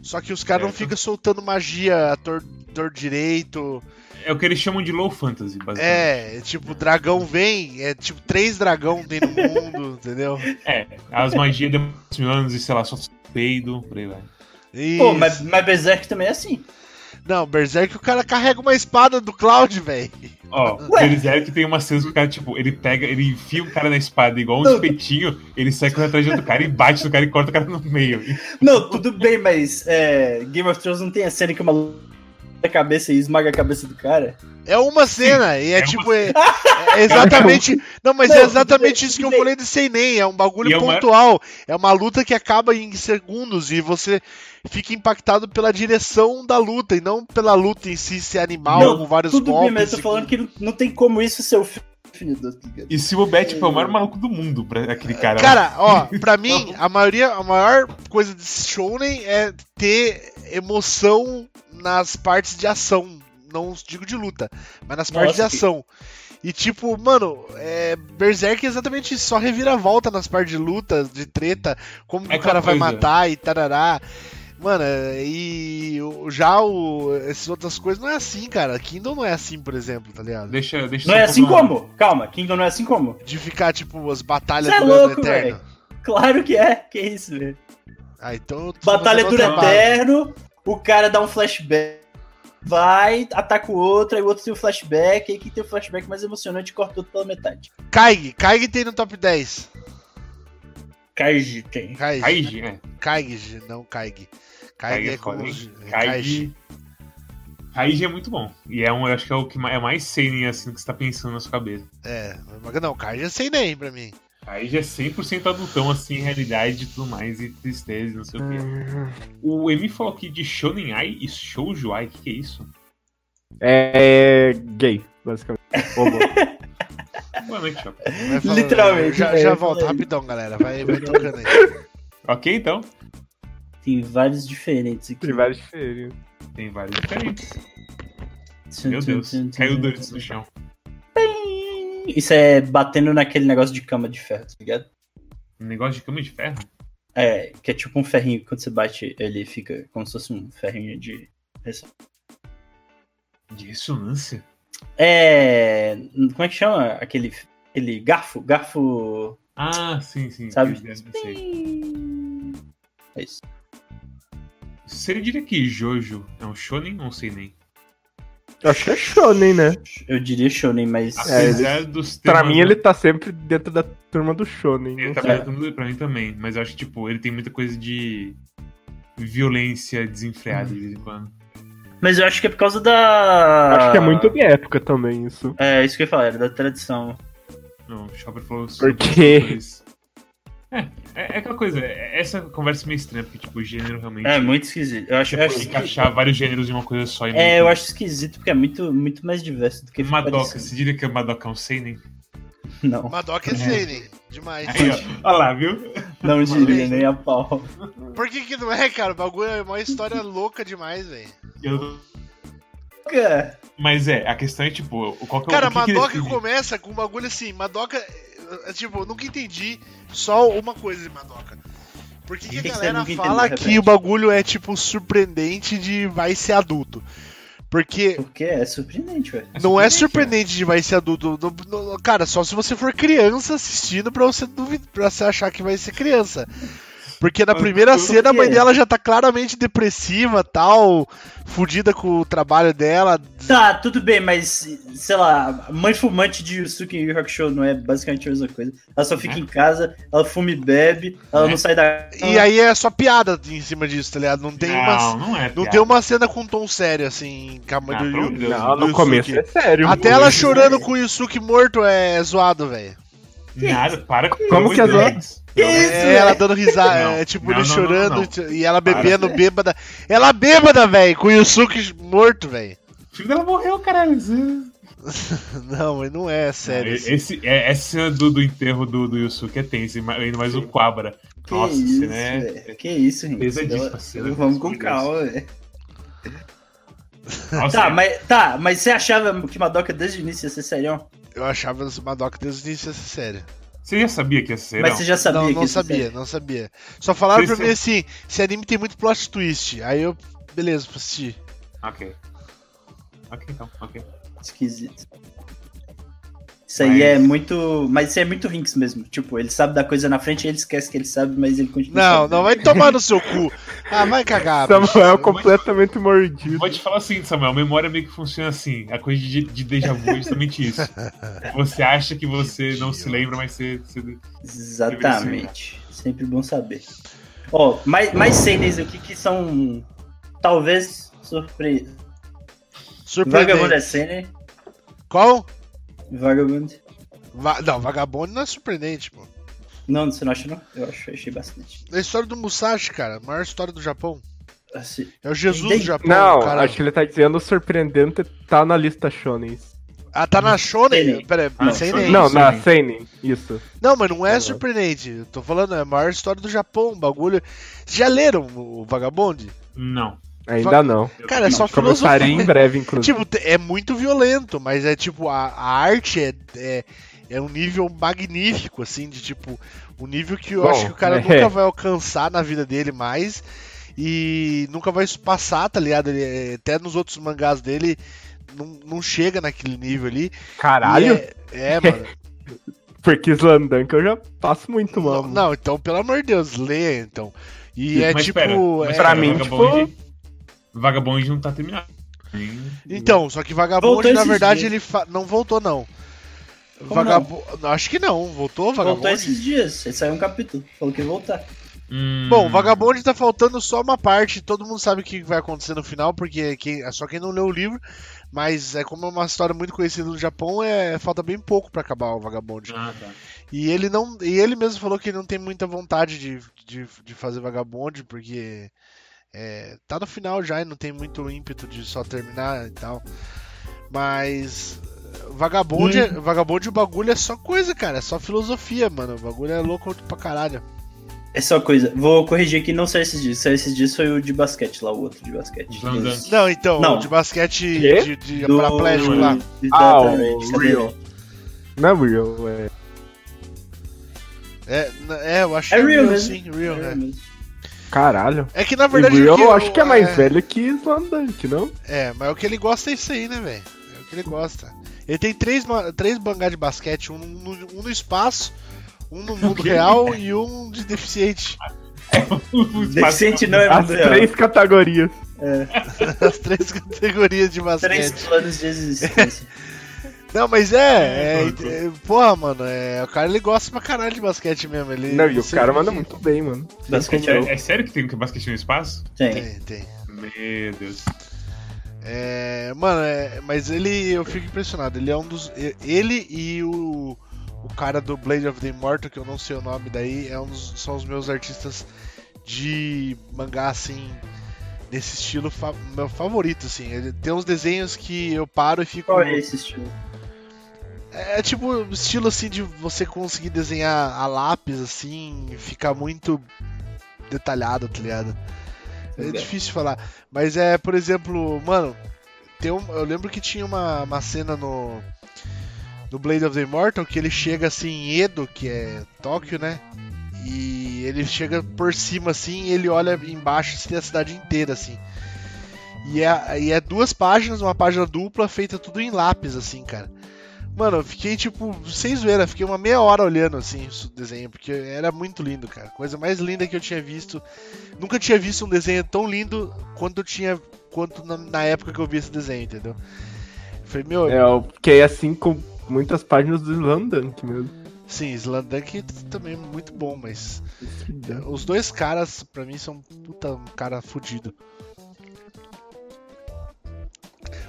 Só que os caras não Certo. ficam soltando magia a tor, tor direito. É o que eles chamam de low fantasy, basicamente. É, tipo, dragão vem, é tipo três dragão tem no mundo, entendeu? É, as magias demoram anos e sei lá, só peido, por aí vai. Isso. Pô, mas, mas Berserk também é assim. Não, Berserk o cara carrega uma espada do Cloud, velho. Ó, Ué? eles é que tem uma cena que o cara, tipo, ele pega, ele enfia o cara na espada igual um Não. espetinho, ele sai correndo atrás de outro cara e bate no cara e corta o cara no meio. Não, tudo bem, mas é, Game of Thrones não tem a cena que uma da cabeça e esmaga a cabeça do cara. É uma cena, e é, é uma tipo. É, é exatamente. Não, mas Não, é exatamente isso que eu tudo bem. falei de Seinen. É um bagulho E é uma- pontual. É uma luta que acaba em segundos e você fica impactado pela direção da luta e não pela luta em si ser animal Não, com vários tudo golpes. tipo. bem, mas eu e tô com- falando que não, não tem como isso ser o filho do tá ligado? E se o Bet tipo, é o maior maluco do mundo pra aquele cara. Cara, ó, pra mim, a maioria, a maior coisa de shounen é ter emoção nas partes de ação. Não digo de luta, mas nas partes de Nossa, que- ação. E tipo, mano, é, Berserk é exatamente isso, só reviravolta nas partes de luta, de treta, como que É o cara vai aquela coisa. matar e tarará. Mano, e o- já o, essas outras coisas não é assim, cara. Kingdom não é assim, por exemplo, tá ligado? Deixa, deixa Não só é assim fazer uma- como? Calma, Kingdom não é assim como? De ficar, tipo, as batalhas Cê é durando louco, eterno. Claro que é, que isso, velho. Ah, então eu tô Batalha fazendo dura outra parada. eterno, o cara dá um flashback vai, ataca o outro, aí o outro tem o flashback, aí quem tem o flashback mais emocionante corta o outro pela metade. Kaig, Kaig tem no top 10. Kaiji tem. Kaig, Kaiji, né? Kaig, não Kaig. Kaig Kaig é é foda, como. hein? é Kaig. Kaiji. Kaiji é muito bom. E é um, eu acho que é o que ma- é mais seinen assim que você tá pensando na sua cabeça. É, mas não, Kaig é sem nem pra mim. Kaiji é 100% adultão, assim, realidade e tudo mais, e tristeza e não sei o Hum. quê. O Emi falou aqui de Shonen Ai e Shoujo Ai, o que, que é isso? É gay, basicamente. Homo. Boa noite, Choco. Vai falando, Literalmente, Já, velho, já eu volto, falei. rapidão, galera. Vai, vai tocando aí. Ok, então. Tem vários diferentes aqui. Tem vários diferentes. Tem vários diferentes. Meu Deus, caiu o Doritos no chão. Isso é batendo naquele negócio de cama de ferro, tá ligado? Um negócio de cama de ferro? É, que é tipo um ferrinho, quando você bate, ele fica como se fosse um ferrinho de. De ressonância? É. Como é que chama? Aquele. Aquele garfo? Garfo. Ah, sim, sim. Sabe? Deve ser. É isso. Você diria que Jojo é um shonen ou um seinen? Eu acho que é shonen, né? Eu diria shonen, mas. É, ele- Apesar dos Pra temas- mim, ele tá sempre dentro da turma do shonen. né? Ele não tá sei. perguntando pra mim também, mas eu acho que, tipo, ele tem muita coisa de violência desenfreada Uhum. de vez em quando. Mas eu acho que é por causa Eu Ah. da. Acho que é muito minha época também, isso. É, isso que eu ia falar, era da tradição. Não, o Chopper falou sobre Por os quê? fatores. É, é, é aquela coisa, é- essa conversa é meio estranha, porque, tipo, o gênero realmente. É muito esquisito. Eu acho, eu acho Você encaixar vários gêneros em uma coisa só e É, meio eu que- acho esquisito porque é muito, muito mais diverso do que fica Madoka, parecendo. você diria que o Madoka é um seinen? Não, Madoka é Seinen. Demais. Aí, ó, olha lá, viu? não diria nem a pau. Por que que não é, cara? O bagulho é uma história louca demais, velho. Eu- Cara, Mas é, a questão é, tipo, o- qual que é o- Cara, o que que Madoka define? começa com um bagulho assim, Madoka. eh, Tipo, eu nunca entendi só uma coisa de Madoca. Por que, que O que a que você galera nunca entendeu, fala Rebeca? que o bagulho é, tipo, surpreendente de vai ser adulto? Porque porque é surpreendente, velho. não é surpreendente, surpreendente de vai ser adulto. não- não- cara, só se você for criança assistindo pra você duvidar, pra você achar que vai ser criança. Porque na Mas primeira por cena a mãe quê? dela já tá claramente depressiva, tal, fudida com o trabalho dela, Tá, tudo bem, mas, sei lá, mãe fumante de Yusuke e Yu Hakusho não é basicamente a mesma coisa. Ela só fica É. em casa, ela fuma e bebe, ela É. não sai da E aí é só piada em cima disso, tá ligado? Não tem não, uma. não é. Não piada. tem uma cena com um tom sério, assim, com a mãe Ah, do pelo amor Yu. de Deus, Não, do no começo Yusuke. é sério. Até mano. ela chorando com o Yusuke morto é zoado, velho. Nada, para com Como é que as outras? Isso, É, ela dando risada, Não. é, tipo, Não, ele não, chorando não, e ela bebendo Para. bêbada. Ela bêbada, velho, com o Yusuke morto, velho. O filho dela morreu, caralho. Não, mas não é sério. isso. Esse, é, essa cena do, do enterro do, do Yusuke é tensa, e ainda mais o Quabra. é, Que Nossa, isso, isso, né? velho. Que isso, gente. Pesadíssima Ela- cena, Vamos pelo com amor de Deus. calma, velho. Nossa, Tá, mas, tá, mas você achava que Madoka desde o início ia ser serião? Eu achava esse Madoka desde o início ia ser sério. Você já sabia que ia ser, Mas não? você já sabia não, que não ia ser sabia, não sabia. Só falaram pra Esse- mim assim: esse anime tem muito plot twist. Aí eu, beleza, vou assistir. Ok. Ok, então, ok. Esquisito. Isso aí Mas- é muito. Mas isso aí é muito Rinks mesmo. Tipo, ele sabe da coisa na frente, ele esquece que ele sabe, mas ele continua. Não, sabendo. não vai tomar no seu cu. Ah, vai cagar. Samuel é bicho. completamente Eu mordido. Vou te falar o seguinte, Samuel, memória meio que funciona assim. A coisa de, de déjà vu é justamente isso. Você acha que você não se lembra, mas você. você... Exatamente. Sempre bom saber. Ó, mais, mais cenas aqui que são. Talvez surpresa. Vagabond é Surpreendente. cena. Qual? Vagabond. Va- não, vagabundo não é surpreendente, pô. É Não, você não acha, não? Eu acho, achei bastante. A história do Musashi, cara, a maior história do Japão. Assim, É o Jesus Entendi. do Japão, Não, cara. acho que ele tá dizendo o surpreendente tá na lista shonen. Ah, tá na Shonen? Seinen. Pera, Ah, sem Shonen. nem. Não, Não. na seinen, isso. mas não é surpreendente. Eu tô falando, é a maior história do Japão, o bagulho. Já leram o Vagabond? Não. Ainda não. Cara, é só Começarei filosofia. em breve, inclusive. Tipo, te- é muito violento, mas é tipo, a, a arte é, é, é um nível magnífico, assim, de tipo, um nível que eu Bom, acho que o cara é. nunca vai alcançar na vida dele mais e nunca vai passar, tá ligado? Ele, é- até nos outros mangás dele não, não chega naquele nível ali. Caralho, Tipo, E É, é, mano. porque Slandank eu já passo muito mal. não, não, então, pelo amor de Deus, leia então. E é mas tipo. pera, mas é- pera, pra mim, tipo- Vagabond, Vagabond não tá terminado. Nem- Então, só que Vagabundo, Voltou na esses verdade, dias. ele fa- não voltou, não. Como Vagabundo. Acho que não, voltou Vagabundo? Voltou esses dias, saiu um capítulo, falou que ia voltar. Hum, Bom, Vagabond tá faltando só uma parte, todo mundo sabe o que vai acontecer no final, porque quem- é só quem não leu o livro, mas é como é uma história muito conhecida no Japão, é falta bem pouco pra acabar o Vagabond. Ah, tá. E ele não, e ele mesmo falou que ele não tem muita vontade de, de, de fazer Vagabond, porque é, tá no final já e não tem muito ímpeto de só terminar e tal. Mas Vagabond, é- Vagabond o bagulho é só coisa, cara, é só filosofia, mano, o bagulho é louco pra caralho. É só coisa, vou corrigir aqui, não saiu esses dias. Saiu esses dias foi o de basquete lá, o outro de basquete. Slam Dunk. Não, então, Não. de basquete Quê? de, de paraplégico Do- lá. Ah, Exatamente, o cadê? Real. Não é Real, é. É, n- é, eu acho É que real real, mesmo. sim, real, é. mesmo. Caralho. É que na O verdade. Real o eu acho que é mais é, velho que Slam Dunk, não? É, mas o que ele gosta é isso aí, né, velho? É o que ele gosta. Ele tem três, ma- três mangá de basquete: um no, um no espaço, um no mundo real e um de deficiente. Deficiente não é As mundo real. três categorias. As três categorias de basquete. Três planos de existência. Não, mas é, é, é, Porra, mano, é, o cara ele gosta pra caralho de basquete mesmo. Ele, Não, e o sei cara por manda quê. muito bem, mano. Basquete é É, é sério que tem basquete no espaço? Tem. Tem, tem. Meu Deus. É, mano, é, mas ele, eu fico impressionado. Ele é um dos. e- Ele e o, o cara do Blade of the Immortal, que eu não sei o nome daí, é um dos- são os meus artistas de mangá, assim, nesse estilo, fa- meu favorito, assim. Ele tem uns desenhos que eu paro e fico. Qual é esse estilo? É tipo estilo assim de você conseguir desenhar a lápis assim, e ficar muito detalhado, tá ligado? É Legal. difícil falar, mas é, por exemplo, mano, tem um- eu lembro que tinha uma, uma cena no no Blade of the Immortal que ele chega assim em Edo, que é Tóquio, né? E ele chega por cima assim, e ele olha embaixo assim, a cidade inteira assim. E é, e é duas páginas, uma página dupla, feita tudo em lápis, assim, cara. Mano, eu fiquei tipo, sem zoeira, fiquei uma meia hora olhando assim o desenho, porque era muito lindo, cara. Coisa mais linda que eu tinha visto. Nunca tinha visto um desenho tão lindo quanto eu tinha. quanto na, na época que eu vi esse desenho, entendeu? Eu Falei, meu, É, o- que é assim com muitas páginas do Slam Dunk mesmo. sim, Slandunk também é muito bom, mas. Né? Os dois caras, pra mim, são puta, um cara fudido.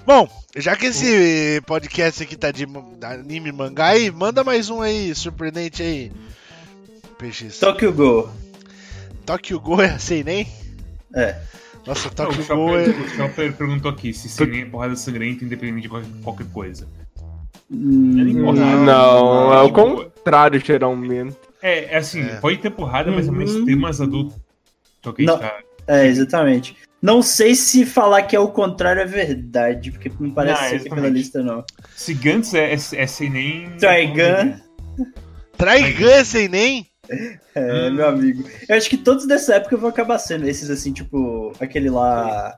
Bom, já que esse podcast aqui tá de ma- da anime e mangá aí, manda mais um aí, surpreendente aí. PX. Tokyo Go. Tokyo Go é sei nem? É. Nossa, Tá Ah, o Tokyo Go Chopper, é. o Chopper perguntou aqui se cinema é porrada sangrenta independente de qualquer- qualquer coisa. Hum, Porra, Não, é o tipo, contrário, geralmente. É, é assim, É. pode ter porrada, mas ao menos Uhum. tem umas adultas. Ok, Não. tá. É, exatamente. Não sei se falar que é o contrário é verdade, porque não parece Não, ser aqui pela exatamente. lista, não. Se Gantz é, é, é sem nem. Trigun. Traigan sei nem? É, Ah. Hum. meu amigo. Eu acho que todos dessa época vão acabar sendo esses, assim, tipo, aquele lá.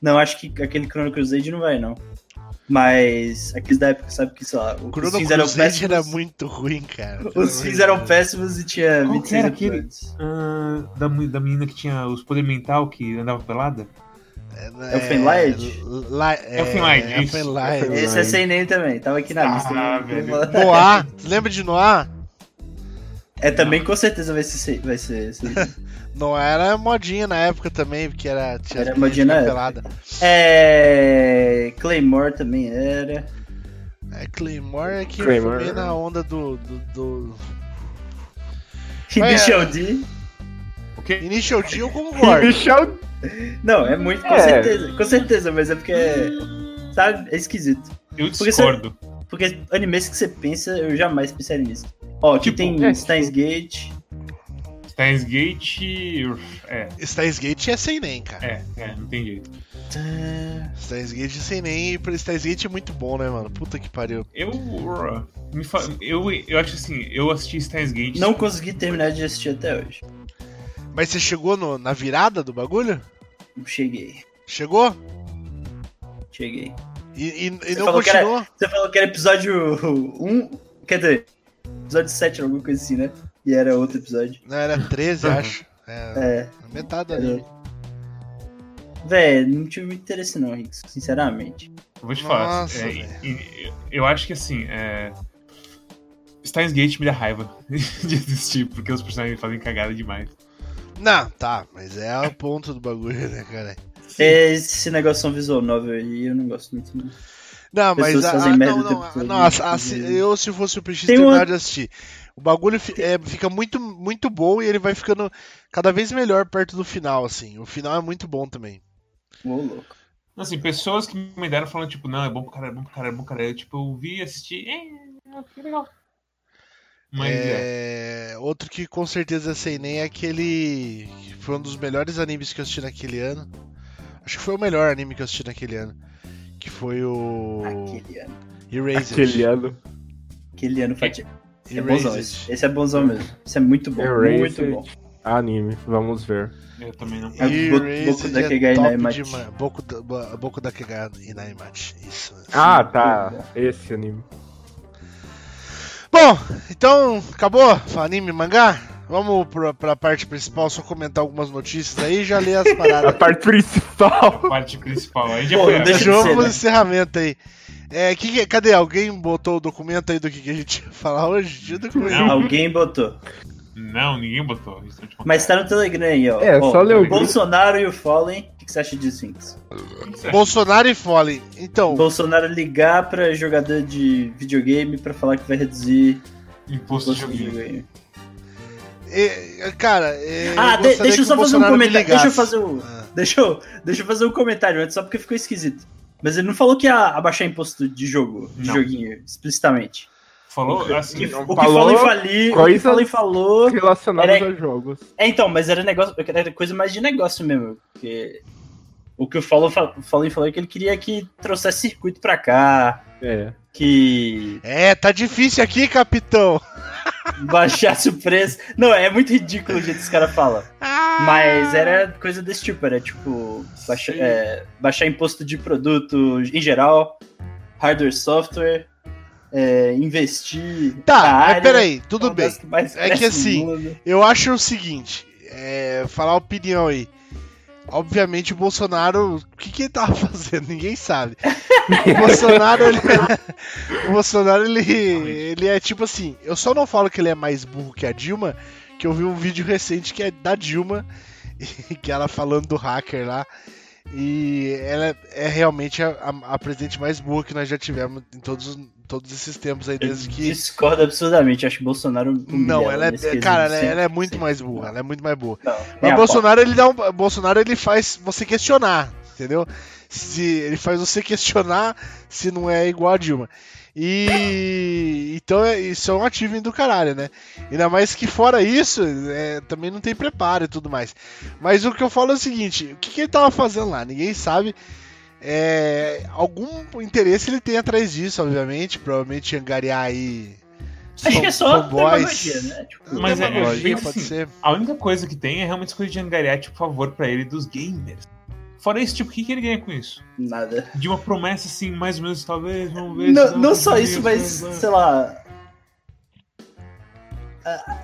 Não, acho que aquele Chrono Crusade não vai, não. Mas aqueles da época, sabe que, sei lá, O os Chrono fins eram Crusade era péssimos. muito ruim, cara. Os fins eram péssimos e tinha Qual que 26 era aquele? episódios. Ah, da, mu- da menina que tinha os poder mental que andava pelada? É o Fenlight? La- É, o Fenlight, É o isso. Fenlight. Fenlight. Esse é sem nem também, tava aqui na Ah, lista. né? velho. Noah, lembra de Noah? É também com certeza vai ser. Vai ser esse. Não era modinha na época também, porque era tinha Era as meninas modinha na de época. pelada. é. Claymore também era. É Claymore é que Claymore. foi bem na onda do, do, do- é. Initial D. O quê? Initial D eu E concordo. Michel Não, é muito, com É. certeza. Com certeza, mas é porque. é- Sabe? É esquisito. Eu você- discordo. Porque animes que você pensa, eu jamais pensaria nisso. Ó, aqui Tipo, tem é, Steins Gate. Steins Gate. uf, É, Steins Gate é sem nem, cara. é, é, não tem jeito. Steins Gate é sem nem. e Steins Gate é muito bom, né, mano? Puta que pariu. Eu. uh, Me fa... eu, eu acho assim, eu assisti Steins Gate. Não consegui terminar de assistir até hoje. Mas você chegou no- na virada do bagulho? Cheguei, Chegou? cheguei. E, e- e Você não falou que era- continuou? Você falou que era episódio 1. Quer dizer, episódio 7, alguma coisa assim, né? E era outro episódio. Não, era 13, Uhum. acho. É, É. metade ali. Véi, não tive muito interesse não, Rix, sinceramente. Eu vou te falar. Nossa, é, velho. e- e- eu acho que assim. É... Steins Gate me dá raiva de assistir, porque os personagens fazem cagada demais. Não, tá, mas é o ponto do bagulho, né, cara? É, Esse negócio de visual novel aí eu não gosto muito. Não. Não, mas Pessoas a, a, fazem merda não, o não, tempo todo, não, né? a- a- se- eu se fosse o PX Tem terminar uma- de assistir. O bagulho fi- é, fica muito, muito bom e ele vai ficando cada vez melhor perto do final, assim. O final é muito bom também. Ô, louco. Assim, pessoas que me deram falando, tipo, não, é bom pro cara, é bom pro cara, é bom pro cara. Eu, tipo, eu vi e assisti. É, que legal. Mas é. É, Outro que com certeza sei nem é aquele. que Foi um dos melhores animes que eu assisti naquele ano. Acho que foi o melhor anime que eu assisti naquele ano. Que foi o. Aquele ano. Erased. Aquele ano. Aquele ano fati... Esse é bonzão, Erased. esse. Esse é bonzão mesmo. Esse é muito bom, muito Erased. bom. Anime, vamos ver. Eu também não. É o Bo- Boku Erased da é Kegai top Naimachi. demais. Boku da- Bo- Boku da Kegai Inaimachi. Isso. Ah, tá. Esse anime. Bom, então acabou anime mangá? Vamos pra, pra parte principal, só comentar algumas notícias aí e já ler as A paradas. parte principal. Parte principal. Aí já Pô, foi. ah, não a- deixa- Jogo ser, pro né? encerramento aí. É, que que- cadê? Alguém botou o documento aí do que, que a gente ia falar hoje? Tinha documento. Alguém botou. Não, ninguém botou. Isso é tipo eu te contar. Mas tá no Telegram aí, ó. É, Ó, só ler o grupo. Bolsonaro e o Fallen. O que, que você acha disso, Rix? O que você acha? Bolsonaro e Foley. Então, Bolsonaro ligar pra jogador de videogame pra falar que vai reduzir Imposto o de imposto de joguinho. videogame. é, é, cara. é, Ah, de- gostaria deixa eu que só o fazer um Bolsonaro me comentário. Deixa eu ligasse. fazer o. Ah. Deixa eu, deixa eu fazer um comentário antes, só porque ficou esquisito. Mas ele não falou que ia abaixar imposto de jogo, de Não. joguinho, explicitamente. Falou assim. o que falou falou e falou, o que coisas- falou e falou. Relacionados Peraí. a jogos. É, então, mas era negócio, era coisa mais de negócio mesmo, porque o que o Fallen fa- Fallen falou é que ele queria que trouxesse circuito pra cá, É. que É, tá difícil aqui, capitão. baixasse o preço. Não, é muito ridículo o jeito que os caras falam. Ah! Mas era coisa desse tipo, era tipo baixa- Sim. é, baixar imposto de produto em geral, hardware, software, é, investir. na Tá, mas área. peraí, tudo É uma bem. das que mais É que cresce no mundo. Eu acho o seguinte, é, falar a opinião aí. Obviamente o Bolsonaro, o que, que ele tava fazendo? Ninguém sabe. O Bolsonaro, ele, é, o Bolsonaro ele, ele é tipo assim. Eu só não falo que ele é mais burro que a Dilma, que eu vi um vídeo recente que é da Dilma, e que ela falando do hacker lá. E ela é realmente a, a- a presidente mais burra que nós já tivemos em todos, os- todos esses tempos aí, desde é que. Discordo absurdamente, acho que Bolsonaro. humilha Não, ela nesse é. Cara, ela quesito, é, ela é muito sim. mais burra. Ela é muito mais burra. Não, nem Mas a Bolsonaro ele dá um, Bolsonaro ele faz você questionar, entendeu? Se ele faz você questionar se não é igual a Dilma. E então é- isso é um ativo do caralho, né? Ainda mais que fora isso, é, também não tem preparo e tudo mais. Mas o que eu falo é o seguinte, o que, que ele tava fazendo lá? Ninguém sabe. É, algum interesse ele tem atrás disso, obviamente, provavelmente angariar aí. pau. Acho que é só fanboys. demagogia, né? Tipo, Mas é- Demagogia, é pode assim, ser. A única coisa que tem é realmente essa coisa de angariar, tipo, favor pra ele dos gamers. Fora isso, tipo, o que, que ele ganha com isso? nada. De uma promessa assim, mais ou menos, talvez, né? vamos ver. Não, se não só talvez, isso, mas, talvez, sei lá. ah,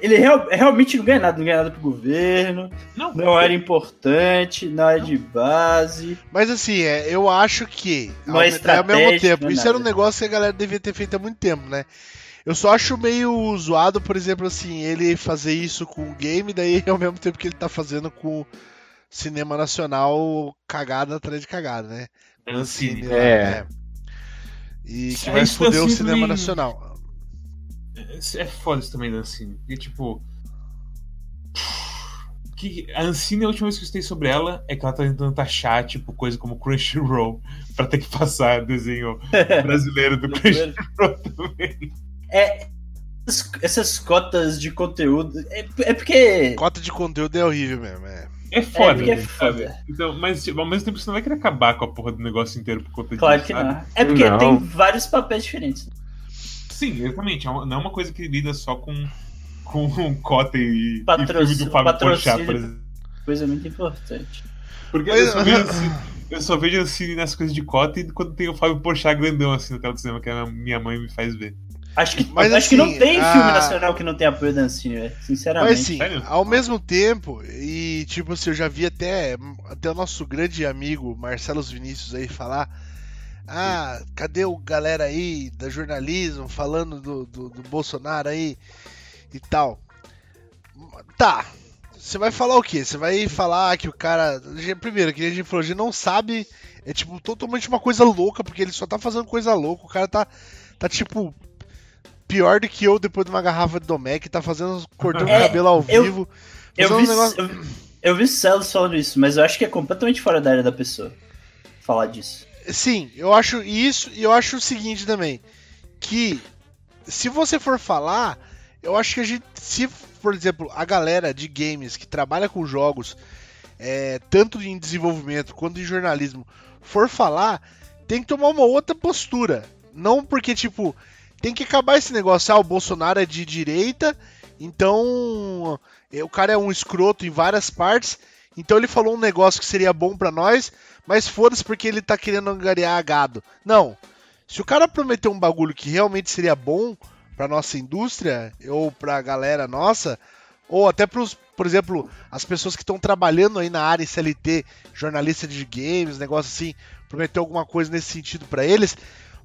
Ele real- realmente não ganha nada, não ganha nada pro governo, Não, é não era importante, não era de base. Mas assim, é, eu acho que Não ao, é é ao mesmo estratégico, tempo, não é isso era um nada. negócio que a galera devia ter feito há muito tempo, né? Eu só acho meio zoado, por exemplo, assim, ele fazer isso com o game, daí ao mesmo tempo que ele tá fazendo com o cinema nacional cagada atrás de cagada, né? Dancine. Dancine lá, né? É. E que É, vai Assim, isso foder o Dancine cinema também- nacional. É foda isso também da Ancine. Porque, tipo. Que a Ancine, a última vez que eu escutei sobre ela, é que ela tá tentando taxar, tipo, coisa como Crunchyroll, pra ter que passar desenho brasileiro do Crunchyroll também. É, Essas- Essas cotas de conteúdo. É, é porque. Cota de conteúdo é horrível mesmo, é. É foda, porque é sabe? foda. Então, mas tipo, ao mesmo tempo você não vai querer acabar com a porra do negócio inteiro por conta Claro disso. que sabe? não. É porque Não. tem vários papéis diferentes. né? Sim, exatamente. é uma- Não é uma coisa que lida só com, com cota e, Patrocínio- e filme do Fábio patrocínio. Porchat, por exemplo. Coisa muito importante. Porque eu só vejo assim- eu só vejo assim nas coisas de cota e quando tem o Fábio Porchat grandão assim na tela do cinema, que a minha mãe me faz ver. Acho que, Mas, acho que não assim, tem a- filme nacional que não tenha apoio da Ancine, velho. Sinceramente. Mas assim, sim, Sério? ao mesmo tempo, e tipo assim, eu já vi até, até o nosso grande amigo Marcelo Vinícius aí falar. Ah, cadê o galera aí da jornalismo falando do, do, do Bolsonaro aí e tal? Tá. Você vai falar o quê? Você vai falar que o cara. Primeiro, que a gente falou, a gente não sabe. É tipo totalmente uma coisa louca, porque ele só tá fazendo coisa louca. O cara tá, tá tipo. Pior do que eu depois de uma garrafa de Domec, tá fazendo. cortando É, o cabelo ao eu- vivo. Eu fazendo vi, um negócio- eu, eu vi Celos falando isso, mas eu acho que é completamente fora da área da pessoa falar disso. Sim, eu acho isso e eu acho o seguinte também. Que se você for falar, eu acho que a gente. Se, por exemplo, a galera de games que trabalha com jogos, é, tanto em desenvolvimento quanto em jornalismo, for falar, tem que tomar uma outra postura. Não porque, tipo, tem que acabar esse negócio, ah, o Bolsonaro é de direita, então é, o cara é um escroto em várias partes, então ele falou um negócio que seria bom pra nós, mas foda-se porque ele tá querendo angariar gado. Não. Se o cara prometeu um bagulho que realmente seria bom pra nossa indústria, ou pra galera nossa, ou até pros, por exemplo, as pessoas que estão trabalhando aí na área em CLT, jornalista de games, negócio assim, prometeu alguma coisa nesse sentido pra eles,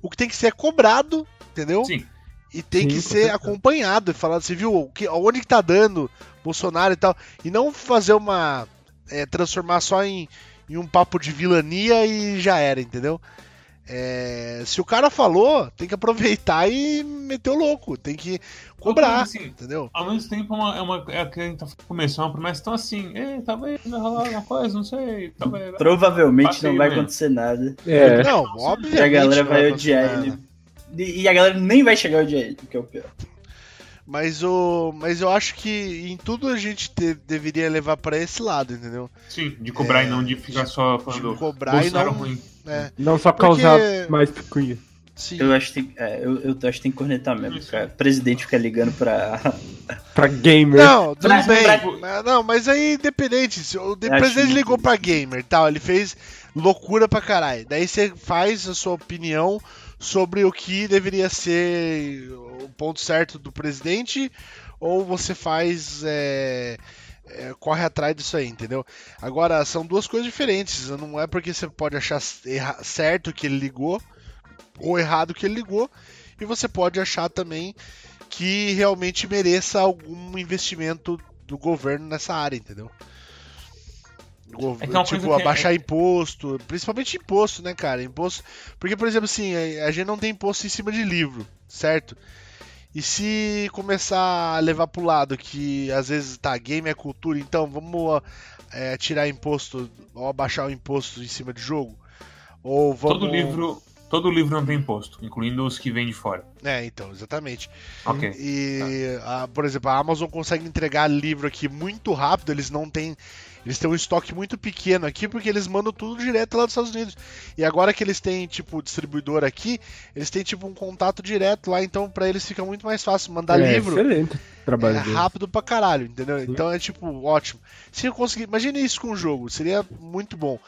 o que tem que ser é cobrado, entendeu? Sim. E tem Sim, que com ser certeza. acompanhado e falado, você viu o que, onde que tá dando Bolsonaro e tal. E não fazer uma. é, transformar só em, em um papo de vilania e já era, entendeu? É, se o cara falou, tem que aproveitar e meter o louco, tem que cobrar, Assim, entendeu? Ao mesmo tempo, é uma, é uma, é a que a gente tá começando, uma promessa tão assim, ei, talvez vai rolar alguma coisa, não sei, talvez. né?" Provavelmente Passa não aí, né? vai mano. acontecer nada. É, Não, E obviamente. a galera não vai acontecer odiar nada. ele. E e a galera nem vai chegar a odiar ele, que é o pior. Mas, o, mas eu acho que em tudo a gente te- deveria levar pra esse lado, entendeu? Sim, de cobrar e não de ficar só falando. É, De cobrar e Bolsonaro não. ruim. né? não só Porque- causar mais picuinha. sim. Eu acho que tem, é, eu, eu acho que tem que cornetar mesmo, cara. O presidente fica ligando pra. Pra gamer. Não, tudo Mas- bem. mas- Mas- Não, mas aí independente. se O de- Eu É, acho presidente muito ligou isso. pra gamer tal, ele fez loucura pra caralho. Daí você faz a sua opinião sobre o que deveria ser o ponto certo do presidente, ou você faz. é, é, corre atrás disso aí, entendeu? Agora, são duas coisas diferentes. Não é porque você pode achar erra- certo que ele ligou, ou errado que ele ligou, e você pode achar também que realmente mereça algum investimento do governo nessa área, entendeu? O gov- É que é uma tipo, coisa que é- abaixar imposto, principalmente imposto, né, cara? Imposto. Porque, por exemplo, assim, a a gente não tem imposto em cima de livro, certo? E se começar a levar pro lado que às vezes tá, game é cultura, então vamos é, tirar imposto ou abaixar o imposto em cima de jogo? Ou vamos. Todo livro. Todo livro não tem imposto, incluindo os que vêm de fora. É, então, exatamente. Ok. E, a- por exemplo, a Amazon consegue entregar livro aqui muito rápido, eles não têm. Eles têm um estoque muito pequeno aqui porque eles mandam tudo direto lá dos Estados Unidos. E agora que eles têm, tipo, distribuidor aqui, eles têm, tipo, um contato direto lá, então pra eles fica muito mais fácil mandar é, livro. Excelente o trabalho. É dele. rápido pra caralho, entendeu? Então é tipo, ótimo. Se eu conseguir. Imagina isso com o jogo, seria muito bom.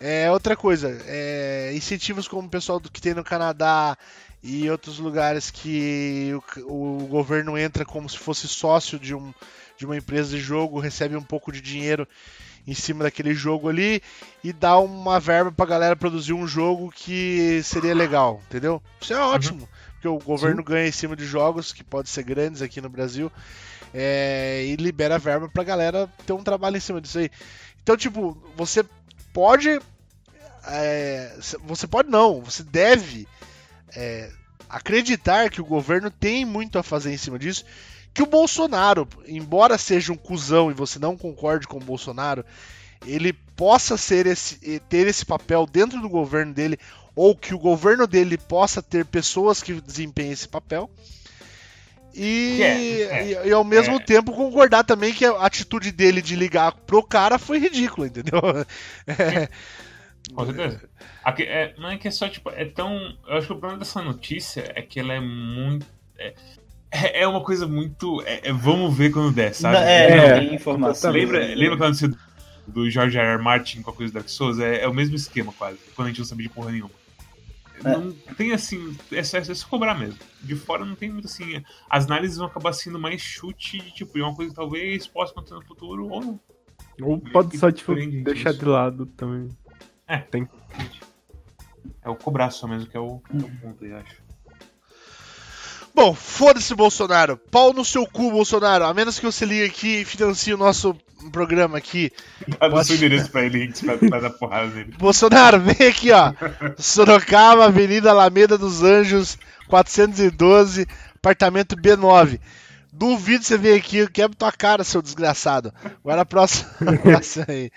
É, outra coisa, é, incentivos como o pessoal do que tem no Canadá e outros lugares que o c- o, governo entra como se fosse sócio de, um, de uma empresa de jogo, recebe um pouco de dinheiro em cima daquele jogo ali e dá uma verba pra galera produzir um jogo que seria legal, entendeu? Isso é ótimo porque o governo ganha em cima de jogos que podem ser grandes aqui no Brasil é, e libera verba pra galera ter um trabalho em cima disso aí. Então, tipo, você pode. é, c- você pode não, você deve é, acreditar que o governo tem muito a fazer em cima disso. Que o Bolsonaro, embora seja um cuzão e você não concorde com o Bolsonaro, ele possa ser esse, eh, ter esse papel dentro do governo dele ou que o governo dele possa ter pessoas que desempenhem esse papel. E, É, e- e ao mesmo é. tempo concordar também que a atitude dele de ligar pro cara foi ridícula, entendeu? Com certeza. Aqui, é, não é que é só, tipo, é tão. Eu acho que o problema dessa notícia é que ela é muito. É, é é uma coisa muito. É, é vamos ver quando der, sabe? Não, é, Não, não É, tem informação. completamente. Lembra, lembra quando você do George R. R. Martin com a coisa do Dark Souls? É, é o mesmo esquema, quase. Quando a gente não sabia de porra nenhuma. Não tem assim. É só, é só cobrar mesmo. De fora não tem muito assim. As análises vão acabar sendo mais chute de tipo, de uma coisa que talvez possa acontecer no futuro ou não. Ou pode só, tipo, Depende deixar disso. de lado também. É o cobrar só mesmo, que é o, é o ponto, eu acho. Bom, foda-se, Bolsonaro. Pau no seu cu, Bolsonaro. A menos que você ligue aqui e financie o nosso programa aqui. Ah, não sei o endereço pra ele, Hinks, pra, pra dar porrada nele. Bolsonaro, vem aqui, ó. Sorocaba, Avenida Alameda dos Anjos, 412, apartamento B9. Duvido você vir aqui, eu quebro tua cara, seu desgraçado. Agora a próxima. a próxima aí.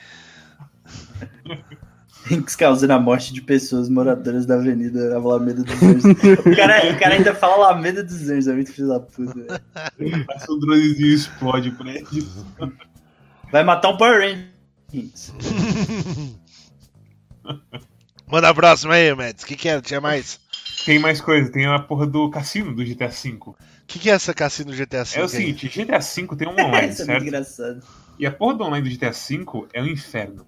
Hinks causando a morte de pessoas moradoras da Avenida Alameda dos Anjos. o, cara, o cara ainda fala Alameda dos Anjos, é muito filho da puta. velho. Passa um dronezinho e explode pra ele. Vai matar um Power Ranger, Hinks. Manda a próxima aí, Mads. O que, que é? Tinha mais? Tem mais coisa, tem a porra do cassino do GTA V. O que, que é essa cassino GTA V? é o aí? seguinte, GTA V tem um online, Isso é muito certo? engraçado. E a porra do online do GTA V é um inferno.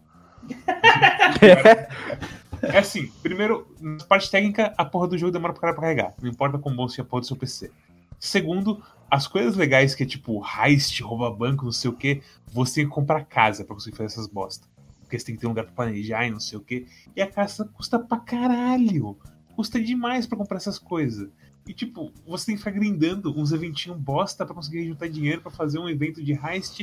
é assim, primeiro, na parte técnica, a porra do jogo demora pra caralho pra carregar. Não importa quão bom seja a porra do seu PC. Segundo, as coisas legais que é tipo heist, rouba banco, não sei o que, você tem que comprar casa pra conseguir fazer essas bosta. Porque você tem que ter um lugar pra planejar e não sei o que. E a casa custa pra caralho. Custa demais pra comprar essas coisas. E tipo, você tem que ficar grindando uns eventinhos bosta pra conseguir juntar dinheiro pra fazer um evento de heist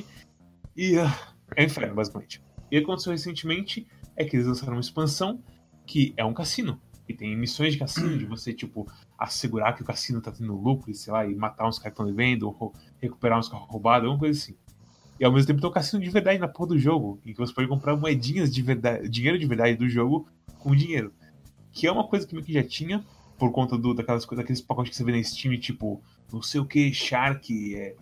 e ah, é um inferno, basicamente. E o que aconteceu recentemente é que eles lançaram uma expansão que é um cassino. E tem missões de cassino, de você, tipo, assegurar que o cassino tá tendo lucro, e sei lá, e matar uns caras que estão devendo, ou rou- recuperar uns carros roubados, alguma coisa assim. E ao mesmo tempo tem um cassino de verdade na porra do jogo, em que você pode comprar moedinhas de verdade, dinheiro de verdade do jogo com dinheiro. Que é uma coisa que meio que já tinha, por conta do, daquelas, coisas- daqueles pacotes que você vê na Steam, tipo, não sei o que, Shark, é,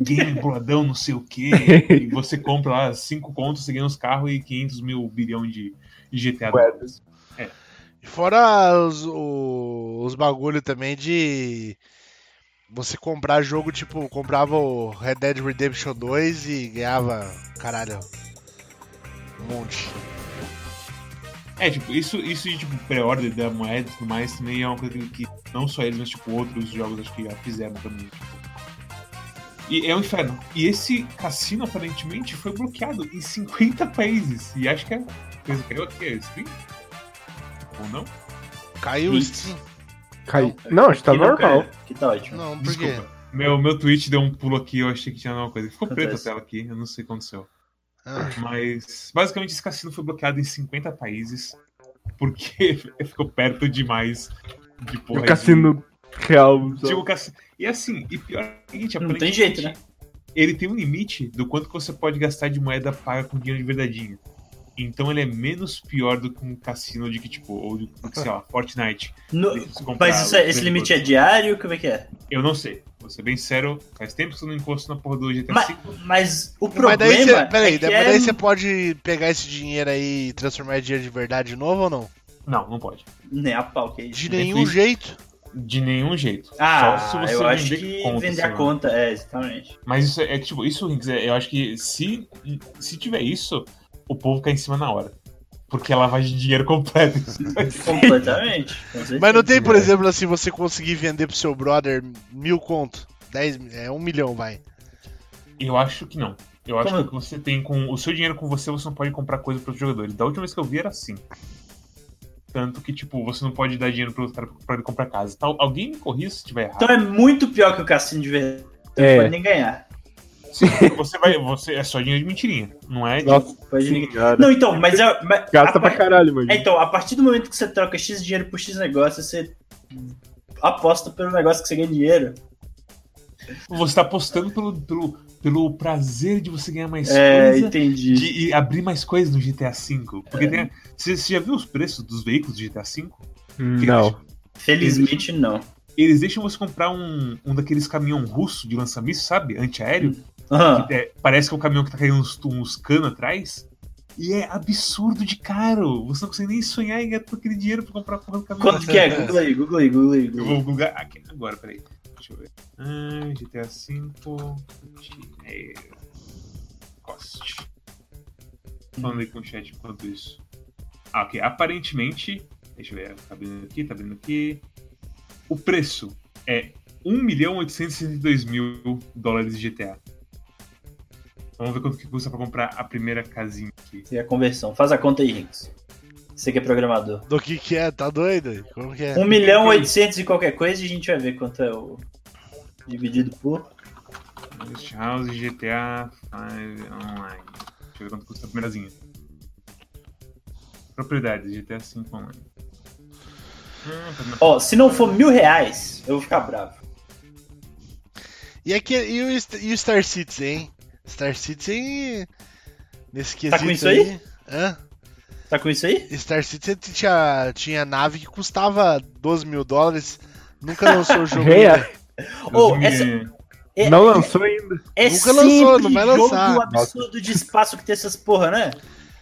game boladão, não sei o que, e você compra lá 5 contos, você ganha uns carros e 500 mil bilhão de de GTA. dólares. E fora os, o- os bagulho também de você comprar jogo, tipo, comprava o Red Dead Redemption 2 e ganhava, caralho, um monte. É, tipo, isso, isso de tipo, pré-order da moeda e tudo mais também é uma coisa que não só eles, mas tipo, outros jogos acho que já fizeram também. Tipo. E é um inferno. E esse cassino aparentemente foi bloqueado em 50 países. E acho que é. Coisa caiu aqui, é Steam? Ou não? Caiu o Sim. Steam? Cai. Não, acho que tá Que não, normal. cara, Que tá ótimo. Não, por quê? Desculpa. Meu, meu tweet deu um pulo aqui, eu achei que tinha alguma coisa. Ficou preta a Acontece. tela aqui, eu não sei o que aconteceu. Ah, Mas basicamente esse cassino foi bloqueado em 50 países porque ficou perto demais de porra. o cassino assim real. De... Digo, cassi- E assim, e pior é o seguinte, Não tem aparentemente, jeito, né? Ele tem um limite do quanto que você pode gastar de moeda paga com dinheiro de verdadeinha. Então ele é menos pior do que um cassino de que, tipo, ou do que, sei lá, Fortnite. No- de você comprar Mas isso é- esse os limite é vendedores. diário? Como é que é? Eu não sei. Vou ser bem sério, faz tempo que eu não encosto na porra do GTA V. Mas, mas o Mas problema daí você, é peraí, que daí- é mas daí você pode pegar esse dinheiro aí e transformar em dinheiro de verdade de novo ou não? Não, não pode. Nem a pau, que é isso. De nenhum Netflix. jeito. De nenhum jeito. Ah, Só se você eu acho vender que conta, vender sei a lá. conta, é, exatamente. Mas isso é é que, tipo, isso, Rinks, é- eu acho que se, se tiver isso, o povo cai em cima na hora. Porque é lavagem de dinheiro completa. Completamente. com Mas não certeza. tem, por exemplo, assim, você conseguir vender pro seu brother mil conto. dez é um milhão, vai. Eu acho que não. Eu acho Como? que você tem com. O seu dinheiro com você, você não pode comprar coisa para os jogadores. Da última vez que eu vi era assim. Tanto que, tipo, você não pode dar dinheiro para outro cara pra ele comprar casa. Tal, alguém me corrija se estiver errado. Então é muito pior que o cassino de verdade. Você É. não pode nem ganhar. Sim, você vai. Você, é só dinheiro de mentirinha. Não é? tipo, Nossa Pode nem ganhar. senhora. Não, então, mas. é- mas Gasta a pra par- caralho, mano. É, então, a partir do momento que você troca X dinheiro por X negócio, você aposta pelo negócio que você ganha dinheiro. Você tá apostando pelo, pelo, pelo prazer de você ganhar mais É, coisa. entendi. É. de e abrir mais coisas no GTA V. Porque tem. Você você já viu os preços dos veículos do GTA V? Hum, Não. Felizmente não. Eles deixam você comprar um, um daqueles caminhão russo de lançamento, sabe? Antiaéreo. Ah, que é- parece que é um caminhão que tá caindo uns, uns canos atrás. E é absurdo de caro. Você não consegue nem sonhar em gastar aquele dinheiro pra comprar a porra do caminhão. quanto que é? Google aí, Google aí, Google aí. Eu Google aí. vou googar aqui agora, peraí. Deixa eu ver. Ah, GTA V. dinheiro, Cost. Falando aí com o chat enquanto isso. Ah, ok. Aparentemente, Deixa eu ver. Tá abrindo aqui, tá abrindo aqui. O preço é 1 milhão 862 mil dólares de GTA. Vamos ver quanto que custa pra comprar a primeira casinha aqui. E a conversão. Faz a conta aí, Rinks. Você que é programador. Do que que é? Tá doido? Como que é? 1 milhão 800 e qualquer coisa e a gente vai ver quanto é o. Dividido por. Just House GTA 5 Online. Deixa eu ver quanto custa a primeirazinha. Propriedades GTA 5 Online. Hum, tá na- Ó, se não for mil reais, eu vou ficar bravo. E, aqui, e, o, St- e o Star Citizen, hein? Star Citizen. Nesse quesito. Tá com isso aí? Hã? Tá com isso aí? Star Citizen tinha, tinha nave que custava 12 mil dólares. Nunca lançou o um jogo. Reia, Ô, 2000 essa- e- É, não lançou ainda. é Nunca lançou, não vai lançar. jogo absurdo de espaço que tem essas porra, né?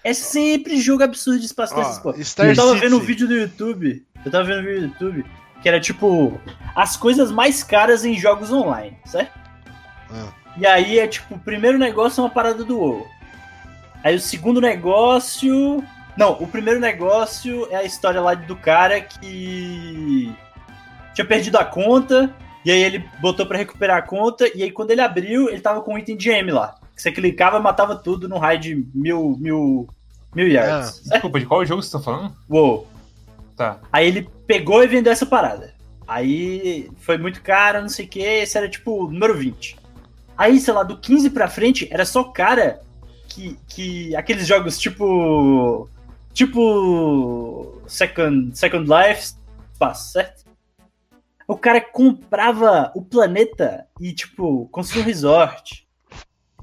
É sempre jogo absurdo de espaço que tem essas Ó, porra. Star eu tava Citizen. vendo um vídeo do YouTube. Eu tava vendo um vídeo do YouTube que era tipo as coisas mais caras em jogos online, certo? Ah. E aí é tipo, o primeiro negócio é uma parada do WoW. Aí o segundo negócio. Não, o primeiro negócio é a história lá do cara que tinha perdido a conta. E aí ele botou pra recuperar a conta. E aí quando ele abriu, ele tava com um item de M lá. Que você clicava, matava tudo num raio de mil, mil, mil yards. Desculpa, de qual jogo vocês estão falando? WoW. Tá. Aí ele pegou e vendeu essa parada. Aí foi muito caro, não sei o que, esse era tipo o número 20. Aí, sei lá, do 15 pra frente, era só cara que. que aqueles jogos tipo. Tipo. Second, Second Life, passa, certo? O cara comprava o planeta e, tipo, construía um resort.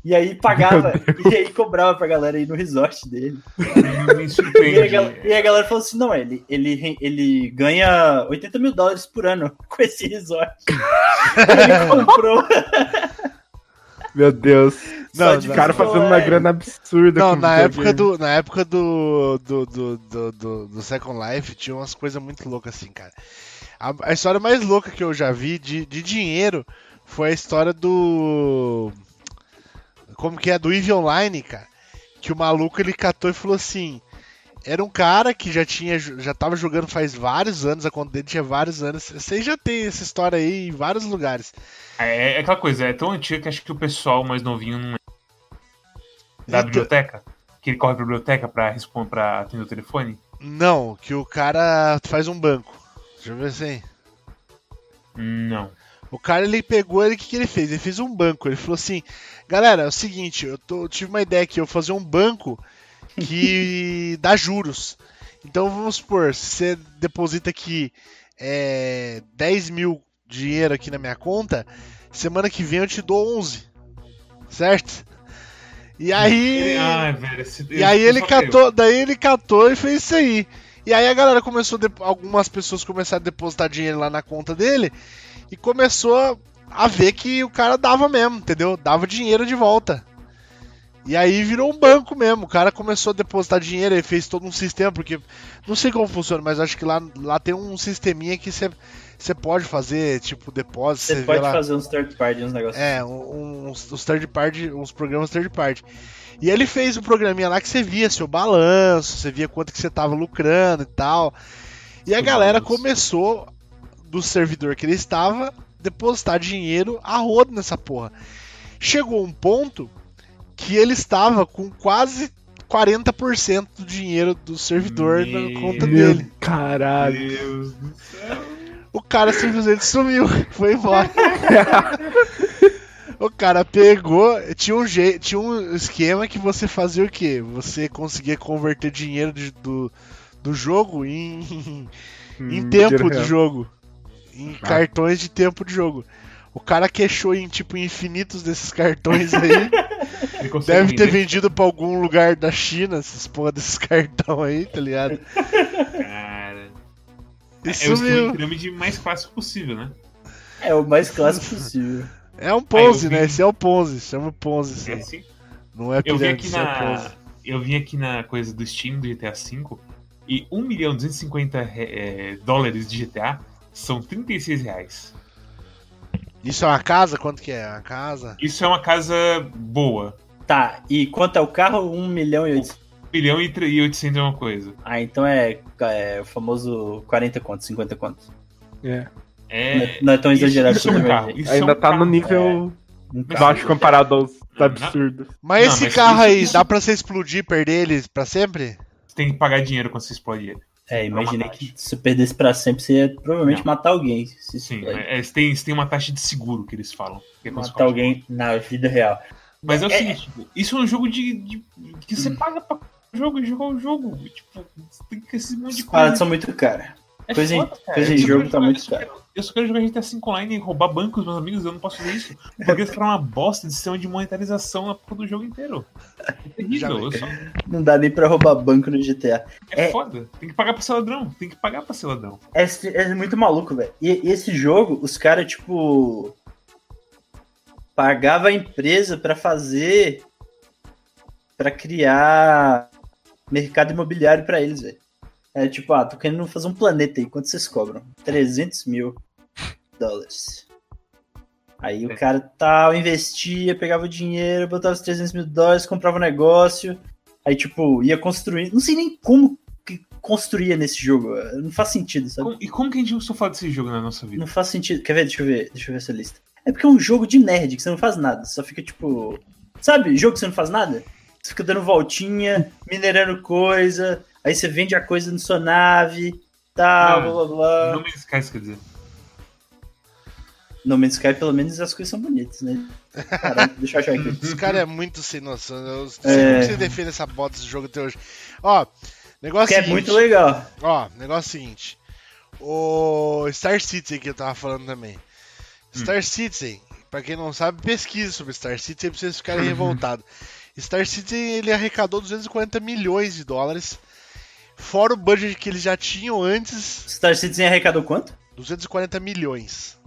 E aí pagava, e aí cobrava pra galera ir no resort dele. Me- Me E a, surpreende. gal- e a galera falou assim: não, ele, ele, re- ele ganha 80 mil dólares por ano com esse resort. ele comprou. Meu Deus. só Não, de não. O cara futebol, fazendo uma é. grana absurda. Não, com na época, videogame. do, na época do, do, do, do, do- do Second Life tinha umas coisas muito loucas assim, cara. A, a história mais louca que eu já vi de, de dinheiro foi a história do. Como que é? Do Eve Online, cara. Que o maluco ele catou e falou assim. Era um cara que já tinha jo- já tava jogando faz vários anos, a conta dele tinha vários anos. Vocês já tem essa história aí em vários lugares. É, é aquela coisa, é tão antiga que acho que o pessoal mais novinho não lembra. Da Então- biblioteca? Que ele corre pra biblioteca pra, responder, pra atender o telefone? Não, que o cara faz um banco. Deixa eu ver assim. Não. O cara ele pegou, ele o que, que ele fez? Ele fez um banco. Ele falou assim: galera, é o seguinte, eu, tô- eu tive uma ideia aqui, eu vou fazer um banco que dá juros. Então vamos supor, se você deposita aqui é, 10 mil dinheiro aqui na minha conta, semana que vem eu te dou 11, certo? E aí. Ai, Ah, velho, esse- E aí ele só caiu. catou, daí ele catou e fez isso aí. E aí a galera começou, a dep- algumas pessoas começaram a depositar dinheiro lá na conta dele e começou a- a ver que o cara dava mesmo, entendeu? Dava dinheiro de volta. E aí virou um banco mesmo. O cara começou a depositar dinheiro, ele fez todo um sistema, porque não sei como funciona, mas acho que lá, lá tem um sisteminha que você você pode fazer, tipo, depósito, Você você vê pode lá. fazer uns third party, uns negócios. É, um- uns, os third party, uns programas third party. E ele fez um programinha lá que você via seu balanço, você via quanto que você tava lucrando e tal. E a Meu galera Deus. começou do servidor que ele estava depositar dinheiro a rodo nessa porra. Chegou um ponto que ele estava com quase 40% do dinheiro do servidor na Meu conta Meu dele. caralho. Deus do céu. O cara simplesmente sumiu, foi embora. o cara pegou, tinha um, je- tinha um esquema que você fazia o quê? Você conseguia converter dinheiro de- do, do jogo em, em Hum, tempo de dinheiro jogo. Em Ah. cartões de tempo de jogo. O cara queixou em tipo infinitos desses cartões aí. Ele consegue Deve ter vender? vendido pra algum lugar da China, essas porra desses cartões aí, tá ligado? Cara. E É o esquema de sumiu. pirâmide mais clássico possível, né? É o mais clássico possível. É um Ponzi, vi- né? Esse é o Ponzi, chama o Ponzi. isso É aí. assim. Não é Eu vim pirâmide, aqui isso é na. Ponzi. Eu vim aqui na coisa do Steam do GTA V e 1 milhão 250 re- eh, dólares de GTA são 36 reais. Isso é uma casa? Quanto que é? Uma casa? Isso é uma casa boa. é Tá, e quanto ao carro, 1 milhão e 800. bilhão e tre- e 800 é uma coisa. Ah, então é, é o famoso 40 contos, 50 contos. É. É. Não é tão exagerado isso é um também, carro, gente. isso é Ainda um tá no carro. nível Um carro. baixo comparado aos absurdos. Mas Não, esse mas carro isso- aí, isso- dá pra você explodir e perder ele pra sempre? Você tem que pagar dinheiro quando você explode ele. É, imaginei uma taxa. que se você perdesse pra sempre, você ia provavelmente matar alguém. Se isso Sim, aí. é, é, você tem, você tem uma taxa de seguro que eles falam. que é quando você matar coloca- alguém na vida real. Mas é o É. Hum. seguinte, tipo, isso é um jogo de, de- que você paga pra jogo e jogar o jogo. Tipo, você tem que ter esse monte de As coisa. paradas Ah, são muito caras. É coisa em- foda, cara. é coisa em Eu só jogo quero tá jogar- muito eu só quero- Eu só quero jogar GTA V online e roubar bancos, meus amigos, eu não posso fazer isso. Porque eles criaram uma bosta de sistema de monetarização na porra do jogo inteiro. É terrível. eu só- Não dá nem pra roubar banco no GTA. é, É. foda. Tem que pagar pra ser ladrão. Tem que pagar pra ser ladrão. É, é muito maluco, velho. E, e esse jogo, os caras, tipo. Pagava a empresa pra fazer. pra criar mercado imobiliário pra eles, velho. É tipo, ah, tô querendo fazer um planeta aí. Quanto vocês cobram? 300 mil dólares. Aí o cara tal, investia, pegava o dinheiro, botava os 300 mil dólares, comprava um negócio. Aí, tipo, ia construindo. Não sei nem como que construía nesse jogo. Não faz sentido, sabe? Como- e como que a gente começou a falar desse jogo na nossa vida? Não faz sentido. Quer ver? Deixa eu ver. Deixa eu ver essa lista. É porque é um jogo de nerd, que você não faz nada. Só fica tipo. Sabe, jogo que você não faz nada? Você fica dando voltinha, minerando coisa, aí você vende a coisa na sua nave, tal, Ah, blá blá blá. Não me esquece, quer dizer. No Man's Sky, pelo menos, as coisas são bonitas, né? Caralho, deixa eu achar aqui. Esse cara é muito sem noção. Eu sei É. como você defende essa bota desse jogo até hoje. Ó, negócio Que é seguinte, muito legal. Ó, negócio seguinte. O Star Citizen que eu tava falando também. Hum. Star Citizen, pra quem não sabe, pesquise sobre Star Citizen pra vocês ficarem revoltados. Star Citizen ele arrecadou 240 milhões de dólares, fora o budget que eles já tinham antes, Star Citizen arrecadou quanto? 240 milhões.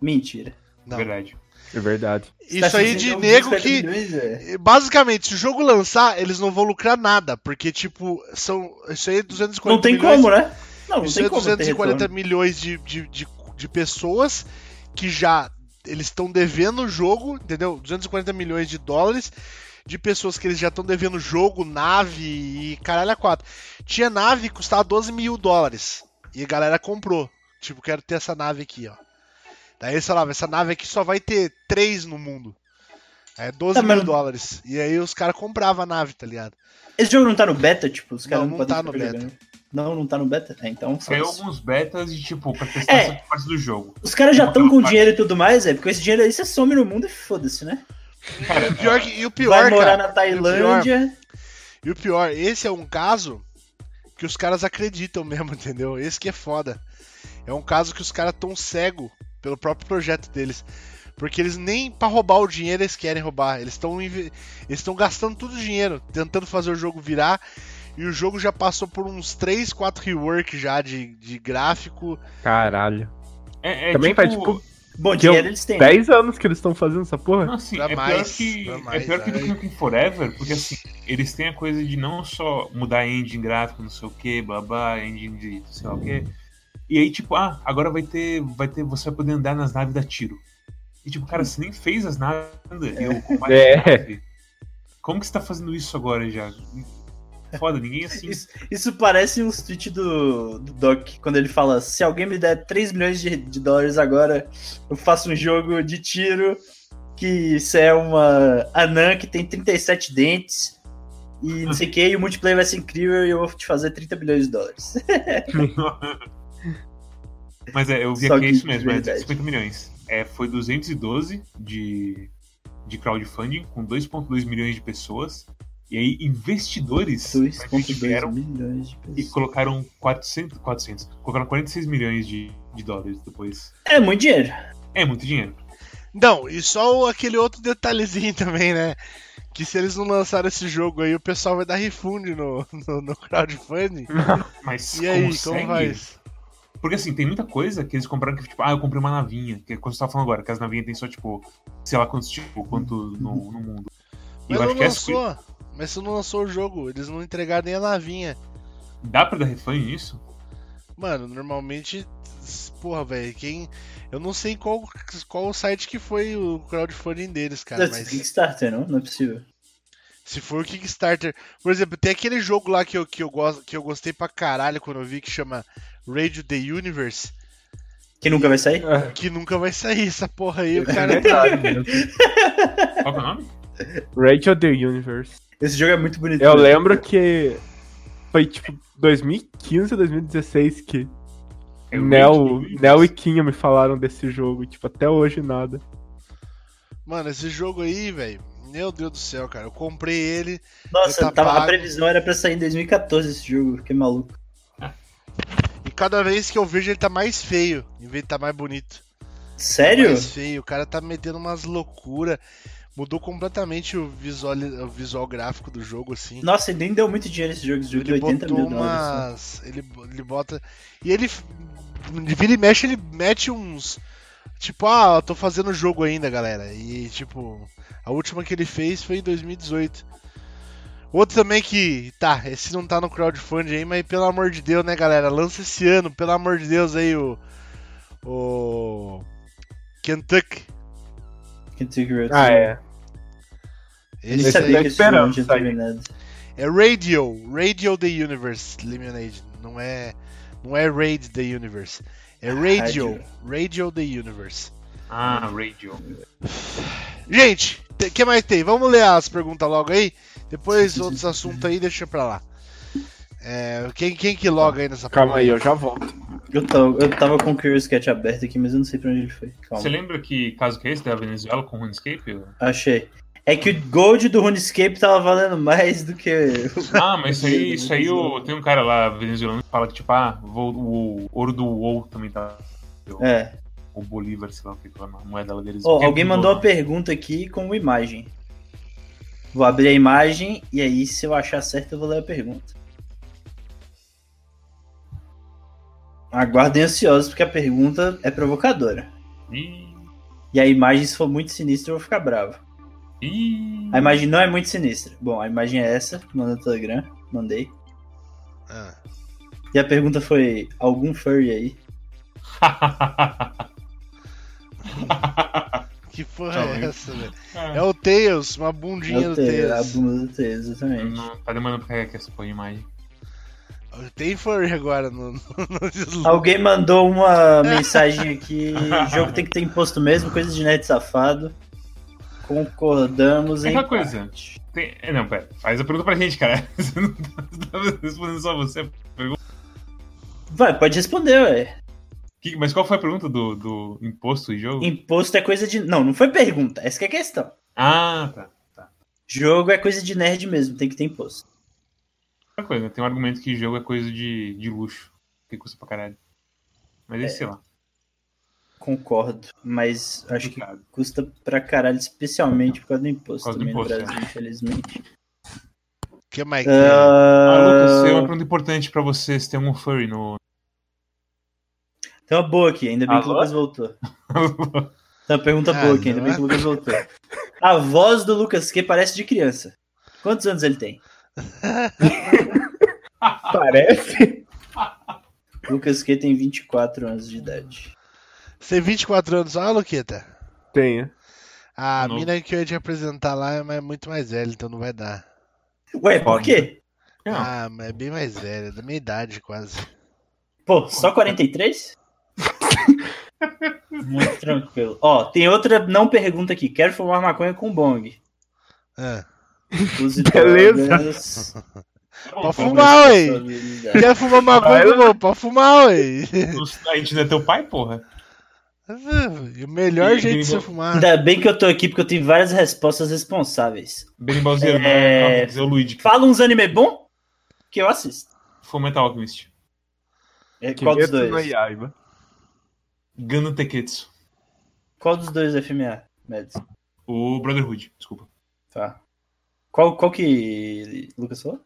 Mentira. é um Não. Verdade. É verdade. Isso Star aí Citizen de deu nego 50 que milhões, é. Basicamente, se o jogo lançar, eles não vão lucrar nada, porque, tipo, são. Isso aí é 240 Não tem milhões. como, né? Não, não Isso aí tem é como. ter 240 retorno. milhões de, de, de, de pessoas que já. Eles estão devendo o jogo, entendeu? 240 milhões de dólares de pessoas que eles já estão devendo jogo, nave e caralho a quatro. Tinha nave que custava 12 mil dólares. E a galera comprou. Tipo, quero ter essa nave aqui, ó. Daí eles falavam, essa nave aqui só vai ter três no mundo. É 12 Tá, mil mas- dólares. E aí os caras compravam a nave, tá ligado? Esse jogo não tá no beta, tipo, os caras Não, não podem tá no ficar beta. jogando. Não, não tá no beta? É, então Saiu foda-se. alguns betas de tipo, pra testar É. essa parte do jogo. Os caras já estão com Alguma parte. dinheiro e tudo mais, é, porque esse dinheiro aí você some no mundo e foda-se, né? Cara, E o pior, que- e o pior Vai morar cara, na Tailândia. E o pior, esse é um caso que os caras acreditam mesmo, entendeu? Esse que é foda. É um caso que os caras tão cego pelo próprio projeto deles. Porque eles nem pra roubar o dinheiro eles querem roubar. Eles estão eles estão gastando todo o dinheiro tentando fazer o jogo virar. E o jogo já passou por uns 3, 4 rework já de, de gráfico. Caralho. é, é Também tipo, faz tipo Bom, Que dinheiro eu- eles têm. 10 anos que eles estão fazendo essa porra. Não, assim, Pra é mais, pra pior que, mais, né? é pior que aí. do Nukem Forever, porque assim, eles têm a coisa de não só mudar engine gráfico, não sei o que, babá, engine de sei lá o que. E aí, tipo, ah, agora vai ter, vai ter, você vai poder andar nas naves da tiro. E tipo, cara, você nem fez as naves ainda, e o combate É. de nave. Como que você tá fazendo isso agora já? Foda, ninguém assim. Isso, isso parece uns tweets do, do Doc, quando ele fala: se alguém me der 3 milhões de, de dólares agora, eu faço um jogo de tiro que você é uma anã que tem 37 dentes e não sei o que, e o multiplayer vai ser incrível e eu vou te fazer 30 milhões de dólares. Mas é, eu vi Só aqui é que isso de mesmo, é verdade. 50 milhões. É, foi 212 de, de crowdfunding, com 2,2 milhões de pessoas. E aí, investidores 2,2 tiveram milhões de pessoas. e colocaram 400, 400, colocaram 46 milhões de, de dólares depois. É muito dinheiro. É muito dinheiro. Não, e só o- aquele outro detalhezinho também, né? Que se eles não lançarem esse jogo aí, o pessoal vai dar refund no, no, no crowdfunding. Mas E aí, consegue? como faz? Porque assim, tem muita coisa que eles compraram que, tipo, ah, eu comprei uma navinha. Que é quando você tava falando agora, que as navinhas tem só, tipo, sei lá quantos, tipo, quanto no, no mundo. E Mas eu não acho que é essa, lançou. Mas você não lançou o jogo, eles não entregaram nem a navinha. dá pra dar refund nisso? Mano, normalmente. Porra, velho, quem. Eu não sei qual, qual o site que foi o crowdfunding deles, cara, Deve ser mas. Kickstarter, não? Não é possível. Se for o Kickstarter. Por exemplo, tem aquele jogo lá que eu, que eu, gosto, que eu gostei pra caralho quando eu vi que chama Radio the Universe, Que nunca vai sair? que nunca vai sair essa porra aí. O cara. tá- Cara... Qual que é o nome? Radio the Universe. Esse jogo é muito bonito. Eu lembro que foi tipo 2015, 2016 que É Nel, Rage Nel e Kinho me falaram desse jogo, tipo, até hoje nada. Mano, esse jogo aí, velho. Meu Deus do céu, cara. Eu comprei ele. Nossa, Tá tava- a pago. previsão era pra sair em 2014 esse jogo, que maluco. E cada vez que eu vejo ele tá mais feio, em vez de tá mais bonito. Sério? Mais feio, o cara tá metendo umas loucuras. Mudou completamente o visual, o visual gráfico do jogo, assim. Nossa, ele nem deu muito dinheiro esse jogo, esse jogo de Ele 80 botou mil dólares. umas. Ele, ele bota. E ele. f- Vira e mexe, ele mete uns. Tipo, ah, eu tô fazendo jogo ainda, galera. E, tipo, a última que ele fez foi em 2018. Outro também que. Tá, esse não tá no crowdfunding aí, mas pelo amor de Deus, né, galera? Lança esse ano, pelo amor de Deus aí, o. O. Kentucky. Kentucky Road. Ah, é. Nem Esse Esse sabia tá que aí esse jogo esperando tinha sair. terminado. é Radio. Radio the Universe Lemonade. Não é. Não é Raid the Universe. É Radio. Rádio. Radio the Universe. Ah, Radio. Gente, o que mais tem? Vamos ler as perguntas logo aí. Depois outros assuntos aí, deixa pra lá. É, quem, quem que loga aí nessa Calma aí, eu já volto. Eu, tô- eu tava com o Curious Cat aberto aqui, mas eu não sei pra onde ele foi. Calma. Você lembra que caso que é esse da Venezuela com RuneScape? Achei. É que o Gold do RuneScape tava valendo mais do que. o- Ah, mas isso aí, isso aí o- tem um cara lá venezuelano que fala que, tipo, ah, vou- o ouro do UOL também tá. É. O Bolívar, sei lá o que que é a moeda lá deles. Ó, Porque alguém mudou. mandou uma pergunta aqui com uma imagem. Vou abrir a imagem e aí, se eu achar certo, eu vou ler a pergunta. Aguardem ansiosos, porque a pergunta é provocadora. Ih, E a imagem, se for muito sinistra, eu vou ficar bravo. ih. A imagem não é muito sinistra. Bom, a imagem é essa, manda no Telegram, mandei. Ah, E a pergunta foi: algum furry aí? que porra Calma é aí. essa, velho? É o Tails, uma bundinha Eu do tenho, a Tails. bunda do É Tails, exatamente. Não, tá demorando pra carregar essa porra de imagem. Tem furry agora no, no, no Discord. Alguém mandou uma mensagem aqui. jogo tem que ter imposto mesmo, coisa de nerd safado. Concordamos É em. aquela coisa. Tem... é, Não, pera. Faz a pergunta pra gente, cara. Você não tá, você tá respondendo só você. Vai, pode responder, ué. Que- Mas qual foi a pergunta do, do imposto e jogo? Imposto é coisa de. Não, não foi pergunta. Essa que é a questão. Ah, tá. Jogo é coisa de nerd mesmo, tem que ter imposto. Outra coisa, tem um argumento que jogo é coisa de, de luxo. Que custa pra caralho. Mas esse, sei lá. é Concordo, mas acho que complicado. custa pra caralho, especialmente por causa do imposto Por causa do também imposto, né? no Brasil, infelizmente. Que mais que é? Ah, Lucas, tem Ah, uma pergunta importante pra você. Se tem algum furry no. tem uma boa aqui, ainda bem que o Alô? Lucas voltou. Tem uma Tá, pergunta boa aqui, ainda Ah, bem que o Lucas voltou. A voz do Lucas que parece de criança. Quantos anos ele tem? Parece? Lucas Q tem 24 anos de idade. Você é tem 24 anos, olha, Luqueta. Tenho. Ah, A Não. mina que eu ia te apresentar lá é mais- muito mais velha, então não vai dar. Ué, por Foda. quê? Não, Ah, mas é bem mais velha, da minha idade quase. Pô, só 43? Muito tranquilo. Ó, tem outra não pergunta aqui. Quero fumar maconha com bong. Ah. Use Beleza. drogas, Pode fumar, ué! responsabilidade. Quer fumar maconha, Vai, irmão? Pode fumar, ué! a gente não é teu pai, porra. E o melhor E- jeito de você e- fumar. Ainda bem que eu tô aqui porque eu tenho várias respostas responsáveis. Benimbalzeiro, É. é... dizer o Luigi. que Fala uns anime bom que eu assisto. Foi Metal Alchemist. É, qual dos Kimetsu no dois? Yaiba. Gano Teketsu. Qual dos dois FMA? Mads? O Brotherhood, desculpa. Tá. Qual, qual que Lucas falou?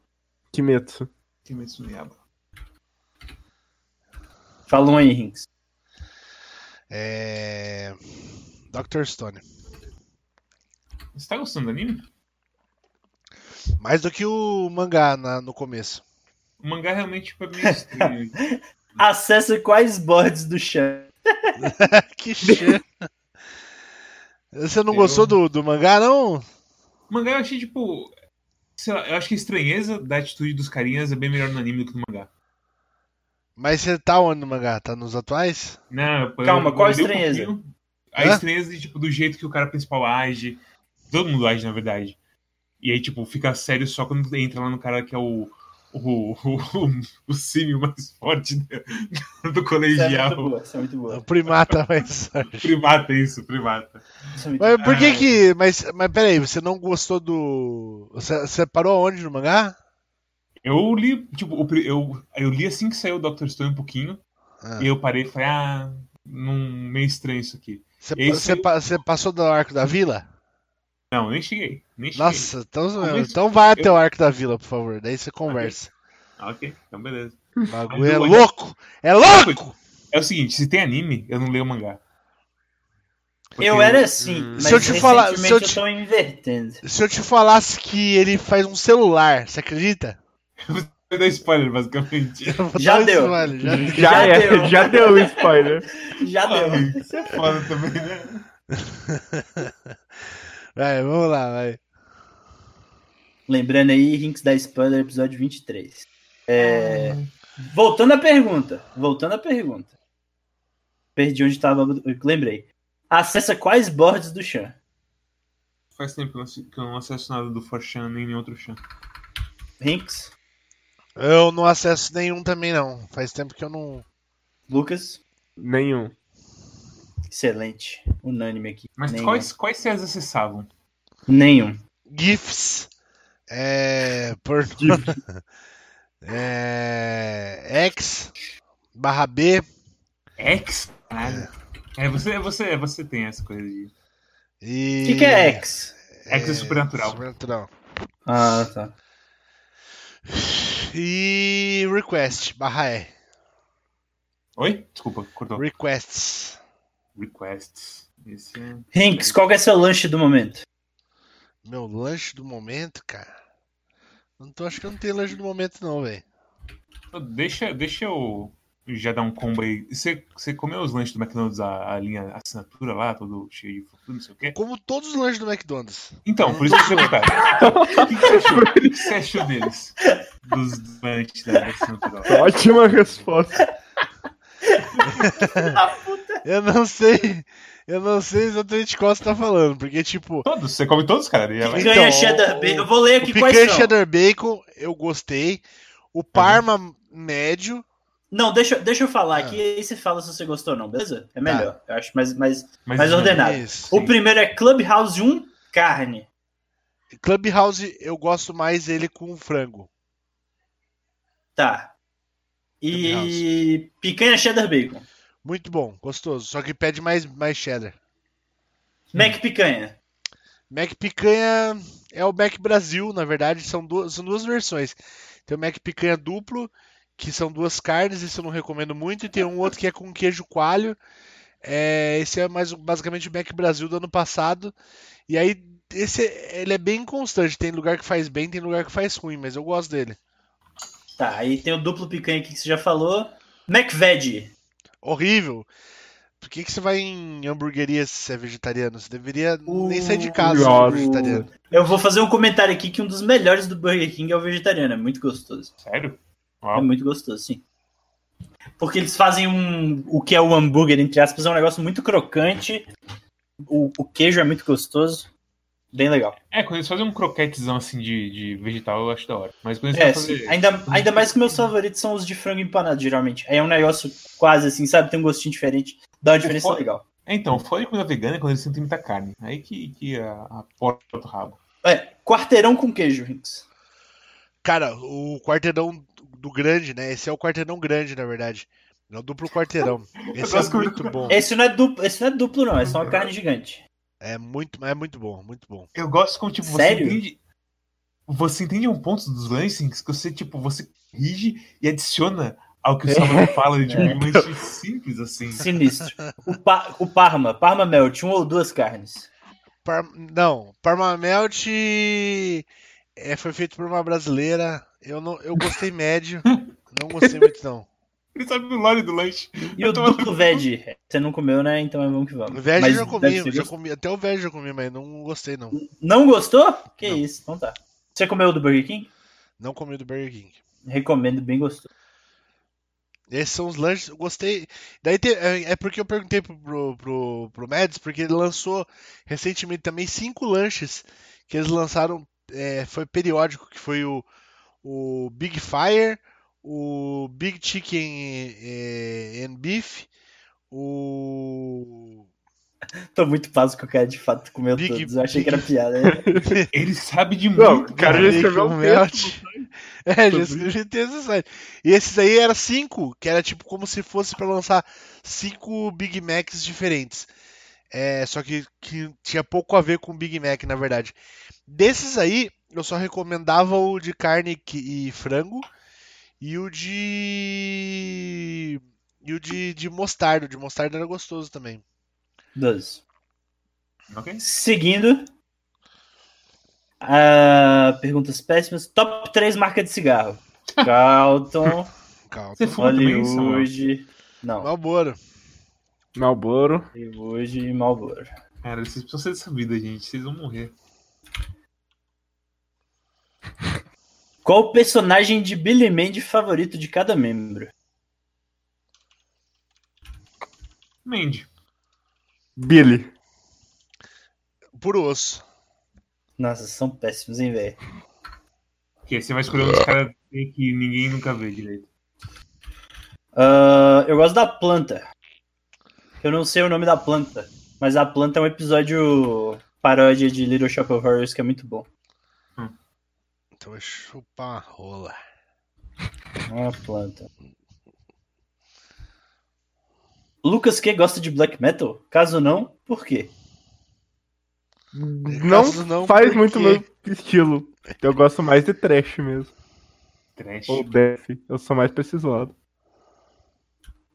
Kimetsu. Kimetsu no Yaba. Fala um aí, Rinks. É. Dr. Stone. Você tá gostando do anime? Mais do que o mangá na- no começo. O mangá realmente foi meio estranho. Acessa quais boards do chat? que cheiro. Você não Eu- gostou do, do mangá, não? o mangá eu achei, tipo... sei lá, eu acho que a estranheza da atitude dos carinhas é bem melhor no anime do que no mangá. Mas você tá onde no mangá? Tá nos atuais? Não, eu- Calma, eu qual a mudei um estranheza? pouquinho. a Hã? estranheza de, tipo, do jeito que o cara principal age. Todo mundo age, na verdade. E aí, tipo, fica sério só quando entra lá no cara que é o. O, o, o, o símio mais forte do, do Isso é muito colegial. boa, isso é muito O boa. primata mais Primata, isso, primata. Isso é muito Mas por que Ah. que. Mas, mas peraí, você não gostou do. Você, você parou onde no mangá? Eu li, tipo, o pri- eu, eu li assim que saiu o Dr. Stone um pouquinho. Ah. E eu parei e falei, ah, num, meio estranho isso aqui. Você, Esse- você pa- você passou do arco da vila? Não, nem cheguei. Nem cheguei. Nossa, então, Talvez- então vai até o arco da vila, por favor. Daí você conversa. Ah, ok, então beleza. O bagulho é Mas eu- louco! É louco! É o seguinte, se tem anime, eu não leio mangá. Porque Eu era assim, Hum. mas Se eu te falar- se eu recentemente te- eu tô invertendo. Se eu te falasse que ele faz um celular, você acredita? Eu dou spoiler, basicamente. Eu vou Já dar um deu. spoiler, já deu. Já, Já é, deu. já deu o spoiler. Já deu. Ah, Isso é foda também, né? Vai, vamos lá, vai. Lembrando aí, Rinks da Spoiler, episódio 23. Ah. É... Voltando à pergunta. Voltando à pergunta. Perdi onde estava. Lembrei. Acessa quais boards do Chan? Faz tempo que eu não assi- que eu não acesso nada do Forchan nem nenhum outro Chan. Rinks, Eu não acesso nenhum também, não. Faz tempo que eu não. Lucas. Nenhum. Excelente. Unânime aqui. Mas Nenhum. quais, quais séries acessavam? Nenhum. GIFs. É. Por... é. X. Barra B. X? Caralho. É, você, você, você tem essa coisa de. E. O que, que é X? X é Supernatural. Supernatural. Ah, tá. E. Request. Barra E. Oi? Desculpa, cortou. Requests. Requests. Esse é. Rinks, qual que é seu lanche do momento? Meu lanche do momento, cara. Não tô, acho que eu não tenho lanche do momento, não, velho. Deixa, deixa eu já dar um combo aí. Você, você comeu os lanches do McDonald's, a, a linha assinatura lá, todo cheio de fruta, não sei o quê? Como todos os lanches do McDonald's. Então, por isso que eu te perguntar. O que que você achou? O que que você achou deles? Dos lanches da assinatura. lá? Ótima resposta. Eu não sei. Eu não sei exatamente qual você tá falando, porque, tipo. Todos, você come todos, cara. e é ela- Picanha Então, cheddar o- bacon. Eu vou ler O é aqui quais picante são. cheddar bacon, eu gostei. O parma médio. Não, deixa, deixa eu falar Ah. Tá. aqui e aí você fala se você gostou ou não, beleza? É melhor. Eu acho mais, mais, Mas mais isso não- ordenado. Isso. O primeiro é Clubhouse 1, carne. Clubhouse, eu gosto mais ele com frango. Tá. E picanha cheddar Hum. bacon. Muito bom, gostoso. Só que pede mais, mais cheddar. Mac picanha. Mac Picanha é o Mac Brasil, na verdade, são duas, são duas versões. Tem o Mac Picanha duplo, que são duas carnes, isso eu não recomendo muito, e tem um outro que é com queijo coalho. É, esse é mais o- basicamente o Mac Brasil do ano passado. E aí, esse ele é bem constante. Tem lugar que faz bem, tem lugar que faz ruim, mas eu gosto dele. Tá, aí tem o duplo picanha aqui que você já falou. Mac veg. Horrível. Por que, que você vai em hamburgueria se você é vegetariano? Você deveria O- nem sair de casa se Nossa. for vegetariano. Eu vou fazer um comentário aqui que um dos melhores do Burger King é o vegetariano. É muito gostoso. Sério? É Uau. muito gostoso, sim. Porque eles fazem um. O que é o hambúrguer, entre aspas, é um negócio muito crocante. O, o queijo é muito gostoso. Bem legal. É, quando eles fazem um croquetezão assim de, de vegetal, eu acho da hora. Mas quando eles É, vão sim. fazer. Ainda, ainda mais que meus favoritos são os de frango empanado, geralmente. Aí é um negócio quase assim, sabe? Tem um gostinho diferente. Dá uma diferença foda. legal. É, então, fora de comida vegana é quando eles sentem muita carne. Aí que, que a, a porta do rabo. É, quarteirão com queijo, Rinks. Cara, o quarteirão do grande, né? Esse é o quarteirão grande, na verdade. É o duplo quarteirão. Esse é gosto muito bom. Esse não é duplo, esse não é duplo, não. É só uma Ah. carne gigante. É muito, é muito bom, muito bom. Eu gosto como, tipo, Sério? você entende. Você entende um ponto dos lances que você, tipo, você corrige e adiciona ao É. que o Salvador fala de tipo, um lanche simples, assim. Sinistro. O, pa- o Parma, Parma Melt, uma ou duas carnes. Par- Não, Parma Melt é, foi feito por uma brasileira. Eu não, eu gostei médio. Não gostei muito não. Ele sabe o lore do lanche. E o Eu tô- duplo veg. Você não comeu, né? Então é vamos que O vamos. Veg Mas eu já comi, deve eu ser já gostoso. comi, até o Veg eu comi, mas não gostei não. Não gostou? Que Não. isso, então tá. Se Você comeu o do Burger King? Não comi o do Burger King. Recomendo, bem gostoso. Esses são os lanches, eu gostei. Daí te- é é porque eu perguntei pro, pro, pro, pro Mads, porque ele lançou recentemente também cinco lanches que eles lançaram, é, foi periódico, que foi o, o Big Fire, o Big Chicken eh, and Beef, o Tô muito passo que o cara de fato comeu Big- todos. Eu achei que era piada. né? Ele sabe de Não, muito. o cara já escreveu Bacon um Melt. texto. É, já escrevi texto no site. E esses aí era cinco, que era tipo como se fosse pra lançar cinco Big Macs diferentes. É, só que, que tinha pouco a ver com Big Mac, na verdade. Desses aí, eu só recomendava o de carne que- e frango e o de. E o de, de mostarda. O de mostarda era gostoso também. Doze. Ok. Seguindo. ah, perguntas péssimas. Top 3 marca de cigarro. Carlton, Calma. né? Você fuma também, Samuel? Hollywood. Não, Malboro. Malboro. Hollywood e Marlboro. Cara, vocês precisam ser dessa vida, gente. Vocês vão morrer. Qual o personagem de Billy Mandy favorito de cada membro? Mandy. Billy. Puro osso. Nossa, são péssimos, hein, velho? Que aí você vai escolher um dos caras que ninguém nunca vê direito. Ah, eu gosto da planta. Eu não sei o nome da planta, mas a planta é um episódio paródia de Little Shop of Horrors que é muito bom. Então vai chupar uma rola. É Uma planta. Lucas Q gosta de black metal? Caso não, por quê? Não Caso não, faz por muito quê? meu estilo. Eu gosto mais de trash mesmo. Trash. Ou death. Eu sou mais pra esses lados.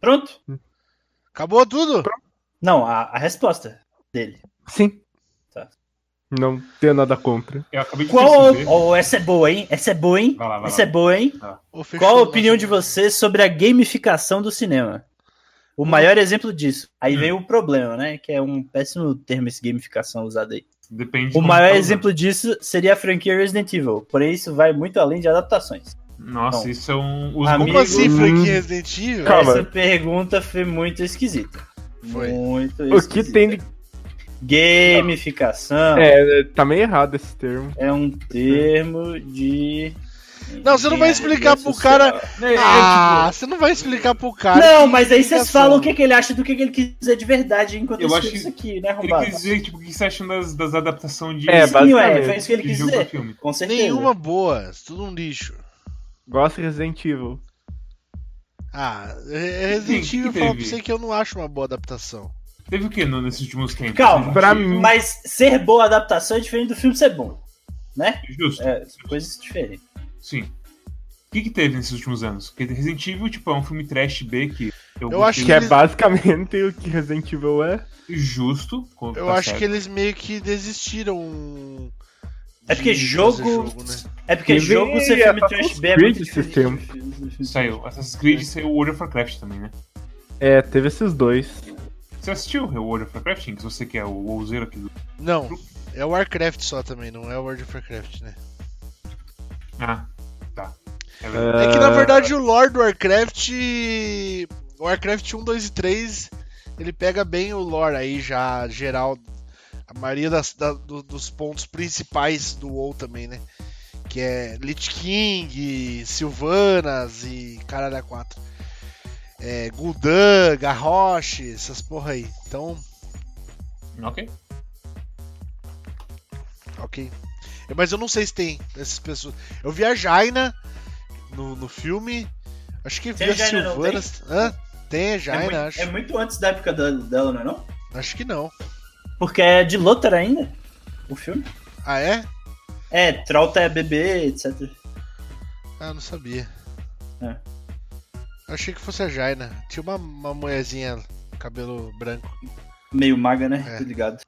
Pronto? Acabou tudo? Não, a, a resposta dele. Sim. Tá. Não tenho nada contra. Eu acabei de Qual. perceber. Oh, essa é boa, hein? Essa é boa, hein? Vai lá, vai Essa é lá. boa, hein? Ô, fechou, Qual a nossa. opinião de vocês sobre a gamificação do cinema? O maior exemplo disso. Aí vem o problema, né? Que é um péssimo termo esse gamificação usado aí. Depende. O de maior como tá exemplo disso seria a franquia Resident Evil. Porém, isso vai muito além de adaptações. usando. Nossa, Não. isso são os Amigo- Como Google- assim, Hum. franquia Resident Evil? Calma. Essa pergunta foi muito esquisita. Foi. Muito O que esquisita. tem de. Gamificação é, É, tá meio errado esse termo. um termo de. Não, você não vai explicar pro cara- É, é, tipo, Ah, você não vai explicar pro cara. Não, que mas aí vocês explicação. falam o que, que ele acha do que, que ele quis dizer de verdade enquanto Eu eu acho acho isso aqui, né, Ele arrombado? quis dizer, tipo, o que você acha das, das adaptações de, É, de Sim, ué, Basicamente. foi isso que ele quis jogo pra dizer. filme? Com certeza. Nenhuma boa, tudo um lixo. Gosto de Resident Evil. Ah, é- é Resident Sim, Evil que fala pra teve? você que eu não acho uma boa adaptação. Teve o que no- nesses últimos tempos? Calma, Pra mim. mas ser boa adaptação é diferente do filme ser bom. Justo, É, são coisas diferentes. sim. O que, que teve nesses últimos anos? Porque Resident Evil, tipo, é um filme trash B que eu, Eu acho Que gostei. é basicamente o que Resident Evil é. justo. com- Eu tá acho certo. que eles meio que desistiram. um É porque de jogo- fazer né? É porque Teve jogo ser filme Assassin's trash B é Creed muito esses diferente. tempos. Saiu Assassin's Creed e saiu World of Warcraft também, né? É, teve esses dois. Você assistiu o World of Warcraft? Que você que é o ouzeiro aqui do. Não, é o Warcraft só também, não é o World of Warcraft, né? Ah, tá. É verdade. É que na Ah, verdade o lore do Warcraft. o Warcraft 1, 2 e 3, ele pega bem o lore aí já geral. A maioria das- da- do- dos pontos principais do WoW também, né? Que é Lich King, Sylvanas e Caralho 4. É, Gul'dan, Garrosh, essas porra aí. Então, Ok. ok. Eu- Mas eu não sei se tem essas pessoas. Eu vi a Jaina no, no filme. Acho que vi Tem a a Jaina, não Sylvanas. Hã? Tem a É, Jaina, muito, acho. é muito antes da época da- dela, não é não? Acho que não. Porque é de Lothar ainda, o filme. Ah, é? É, Trauta é bebê, etc. Ah, não sabia. É. Eu achei que fosse a Jaina. Tinha uma, uma mulherzinha, cabelo branco. Meio maga, né? É. Tô ligado.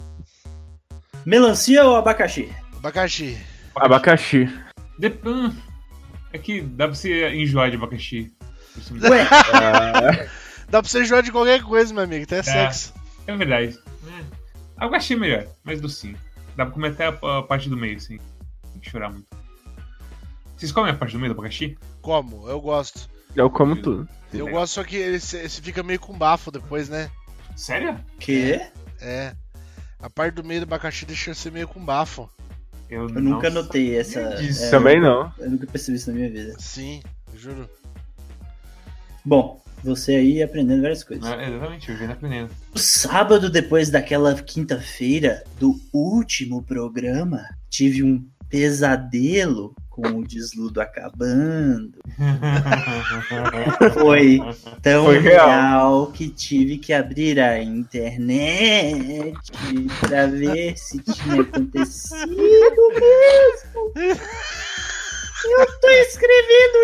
Melancia ou abacaxi? Abacaxi. Ah, Abacaxi. Dep- hum, É que dá pra você enjoar de abacaxi. Isso me- Ué, Dá pra você jogar de qualquer coisa, meu amigo, até sexo. É verdade. É. Abacaxi é melhor, mais docinho. Dá pra comer até a, a parte do meio, assim. Tem que chorar muito. Vocês comem a parte do meio do abacaxi? Como? Eu gosto. Eu como tudo. Eu Legal. gosto, só que ele se, se fica meio com bafo depois, né? Sério? Quê? É. A parte do meio do abacaxi deixa você meio com bafo. Eu nunca notei essa. sabia disso. é, Também não. Eu nunca percebi isso na minha vida. Sim, juro. Bom, você aí aprendendo várias coisas. É, exatamente, eu vendo aprendendo. No sábado, depois daquela quinta-feira do último programa, tive um pesadelo com o desludo acabando. Foi tão Foi real. real. que tive que abrir a internet pra ver se tinha acontecido mesmo. Eu tô escrevendo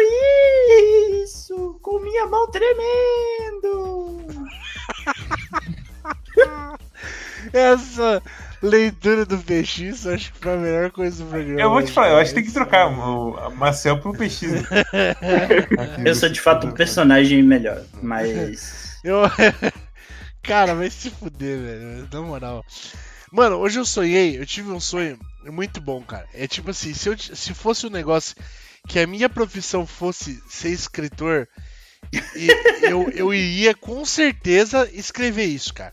isso com minha mão tremendo. Essa leitura do PX, eu acho que foi a melhor coisa do programa. Eu vou te falar, eu acho que tem que trocar o o Marcel pro PX. né? Aqui, Eu sou de fato um personagem melhor, mas. Eu... Cara, vai se fuder, velho. Na moral. Mano, hoje eu sonhei, eu tive um sonho muito bom, cara. É tipo assim, se, eu, t- se fosse um negócio que a minha profissão fosse ser escritor, e- eu, eu iria com certeza escrever isso, cara.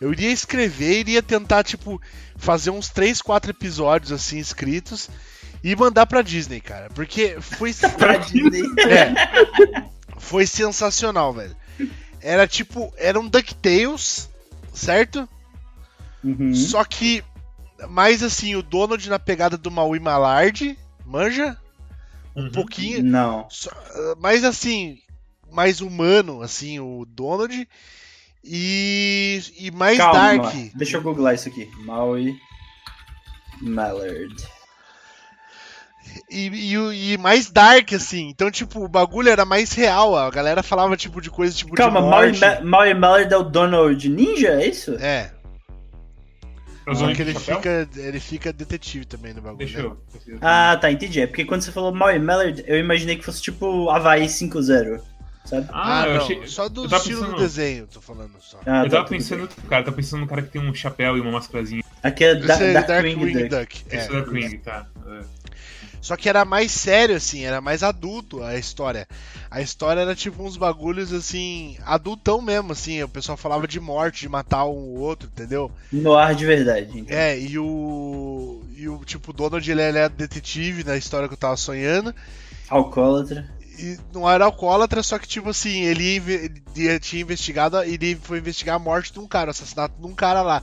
Eu iria escrever, iria tentar, tipo, fazer uns 3, 4 episódios assim escritos e mandar pra Disney, cara. Porque foi. Pra Disney. É. Foi sensacional, velho. Era tipo, era um DuckTales, certo? Uhum. Só que mais assim, o Donald na pegada do Maui Malard, manja? Um Uhum. pouquinho, Não. só- mais assim, mais humano, assim, o Donald. E, e mais Calma. dark. Deixa eu googlar isso aqui. Maui Mallard. E, e o- e mais dark, assim. Então, tipo, o bagulho era mais real. A galera falava, tipo, de coisa tipo. de Calma, Maui, morte. Ma- Maui Mallard é o Donald Ninja? É isso? É, Eu sou só um É que ele chapéu? fica, ele fica detetive também no bagulho. Deixa né? eu. Ah, tá, entendi. É porque quando você falou Maui Mallard, eu imaginei que fosse tipo Havaí 5-0. Sabe? Ah, Ah, eu não. achei. Só do eu tava estilo do pensando- desenho, tô falando só. Ah, eu tá, tava tudo pensando em bem. outro cara, tava pensando no cara que tem um chapéu e uma mascarazinha. Aqui é da, Esse é Darkwing Darkwing Duck. Duck. é. Esse é o Darkwing, tá? É. Só que era mais sério, assim, era mais adulto a história. A história era tipo uns bagulhos, assim, adultão mesmo, assim. O pessoal falava de morte, de matar um ou outro, entendeu? No ar de verdade. então. É, e o. E o tipo, o Donald, ele, ele é detetive na história que eu tava sonhando. Alcoólatra. E não era alcoólatra, só que, tipo assim, ele, ia inve- ele ia- tinha investigado, ele foi investigar a morte de um cara, o assassinato de um cara lá.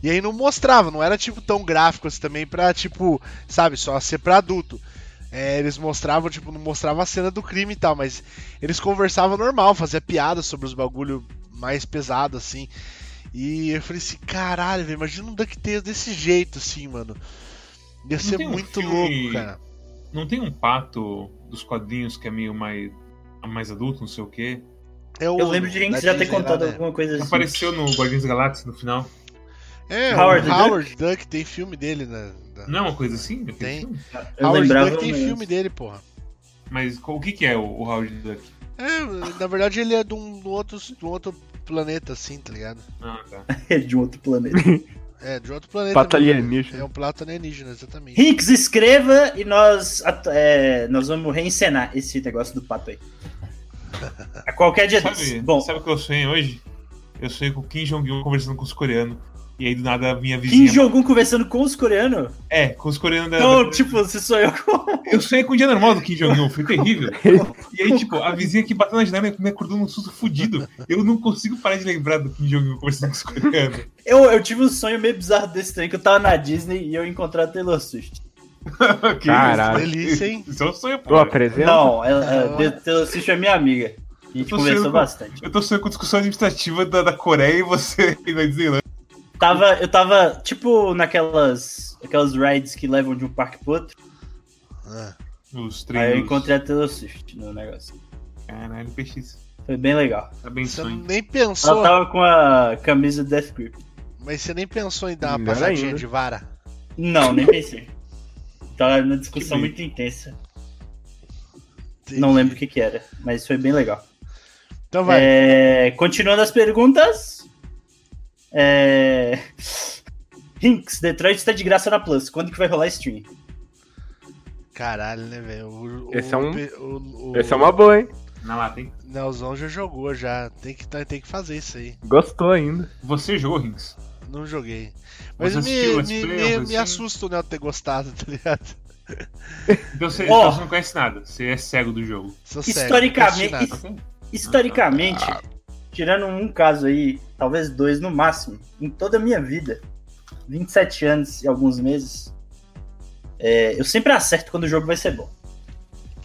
E aí não mostrava, não era, tipo, tão gráfico assim também pra, tipo, sabe, só ser pra adulto. É, eles mostravam, tipo, não mostrava a cena do crime e tal, mas eles conversavam normal, fazia piada sobre os bagulho mais pesado, assim. E eu falei assim, caralho, velho, imagina um DuckTales desse jeito, assim, mano. Ia ser tem um muito filme- louco, cara. Não tem um pato dos quadrinhos que é meio mais, mais adulto, não sei o quê? Eu lembro de É da gente já ter Disney lá, contado né? alguma Tá coisa assim. Apareceu no Guardiões da Galáxia no final. É, Howard o the Howard Duck? tem filme dele, né? Da- Não é uma coisa assim? aquele Tem. filme? Eu Howard lembrava. Duck tem mas- filme dele, porra. Mas qual- o que, que é o, o Howard Duck? É, na verdade ele é de um, de um outro, de um outro planeta, assim, tá ligado? Ah, tá. de um outro planeta. É, de outro planeta. Plata mesmo. alienígena. É um plato alienígena, exatamente. Hicks, escreva e nós, at- é, nós vamos reencenar esse negócio do pato aí. A qualquer dia desse. Sabe, Bom, sabe o que eu sonhei hoje? Eu sonhei com o Kim Jong-un conversando com os coreanos. E aí do nada a minha Kim vizinha. Jong-un conversando com os coreanos? É, com os coreanos da. Então, tipo, você sonhou com. Eu sonhei com o dia normal do Kim Jong-un, foi terrível. E aí, tipo, a vizinha que bateu na janela me acordou num susto fudido. Eu não consigo parar de lembrar do Kim Jong-un conversando com os coreanos. Eu, eu tive um sonho meio bizarro desse trem que eu tava na Disney e eu encontrei a Taylor Swift. Que Caralho. Delícia, hein? isso? Isso é um sonho, pô. Eu apresento? Não, ela, ela- a Taylor Swift é minha amiga. A gente tô conversou sonhando com- bastante. Eu tô sonhando com discussão administrativa da, da Coreia e você e da Disneyland. Tava, eu tava, tipo, naquelas aquelas rides que levam de um parque pro outro. Ah, Os Aí eu treinos. encontrei a Taylor Swift no negócio. Caralho, PX. Foi bem legal. Tá bem é você sonho. nem Ela tá- pensou, tava com a camisa Death Grip. mas você nem pensou em dar uma Melhor passadinha ainda. de vara. Não, nem pensei. Tava numa discussão Que muito intensa. Não lembro o que que era, mas foi bem legal. Então vai. É, continuando as perguntas. É... tá Hinks, Detroit está de graça na Plus. Quando que vai rolar stream? Caralho, né, velho? O- o- Esse é um- o- o- Essa é uma boa, hein? um- Na lata, hein? Nelzão já jogou, já. Tem que, tá- tem que fazer isso aí. Gostou ainda. Você jogou, Rins? Não joguei. Mas Você assistiu me, Let's me, Play, me, alguma me coisa assim? assusta o Neo ter gostado, tá ligado? Então você, Ó. então você não conhece nada, você é cego do jogo. Sou cego, Historicamente, não assisti nada. nada. historicamente, tirando um caso aí, talvez dois no máximo, em toda a minha vida, 27 anos e alguns meses, é, eu sempre acerto quando o jogo vai ser bom.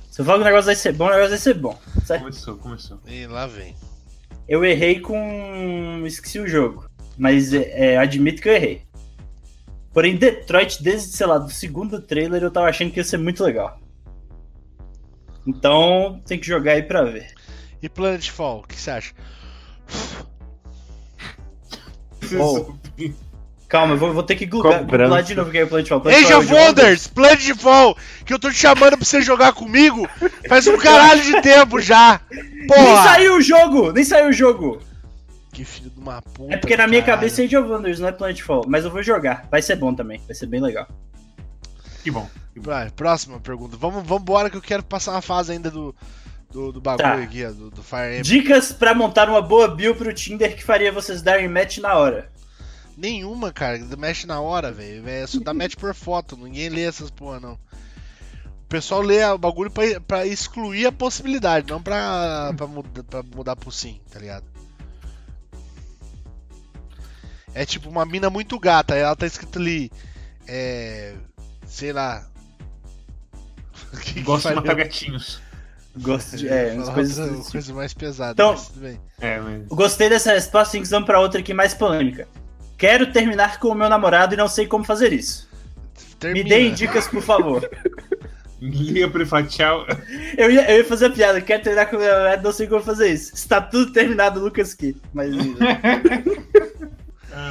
Se eu falo que o negócio vai ser bom, o negócio vai ser bom. Certo? Começou, começou. Ih, lá vem. Eu errei com. Esqueci o jogo. Mas é, é, admito que eu errei. Porém, Detroit, desde, sei lá, do segundo trailer, eu tava achando que ia ser muito legal. Então, tem que jogar aí pra ver. E Planetfall, o que você acha? Ó. Calma, eu vou, vou ter que googlar, Cobrança. googlar de novo é o Gameplay de Fallout. Age of Wonders, Planetfall, que eu tô te chamando pra você jogar comigo faz um caralho de tempo já. Nem Porra! saiu o jogo! Nem saiu o jogo! Que filho de uma puta. É porque na minha caralho. cabeça é Age of Wonders, não é Planetfall. Mas eu vou jogar. Vai ser bom também. Vai ser bem legal. Que bom. que bom. Vai, próxima pergunta. Vamos embora que eu quero passar uma fase ainda do, do, do bagulho Tá. aqui, ó, do, do Fire Emblem. Dicas pra montar uma boa build pro Tinder que faria vocês darem match na hora. Nenhuma, cara. Mexe na hora, velho. É só dá match por foto. Ninguém lê essas porra, não. O pessoal lê o bagulho pra, pra excluir a possibilidade, não pra, pra, muda, pra mudar pro sim, tá ligado? É tipo uma mina muito gata. Ela tá escrito ali. É. Sei lá. Que É, que Gosto de faria? matar gatinhos. Gosto de. Eu ia É, umas falar coisas. outra desse tipo. coisa mais pesada. Então- mas tudo bem. É, mas. Gostei dessa resposta, então vamos pra outra aqui mais polêmica. Quero terminar com o meu namorado e não sei como fazer isso. Termina. Me deem dicas, por favor. Liga pro Fatial. Eu ia, eu ia fazer a piada, quero terminar com o meu namorado e não sei como fazer isso. Está tudo terminado, Lucas Key. Mas.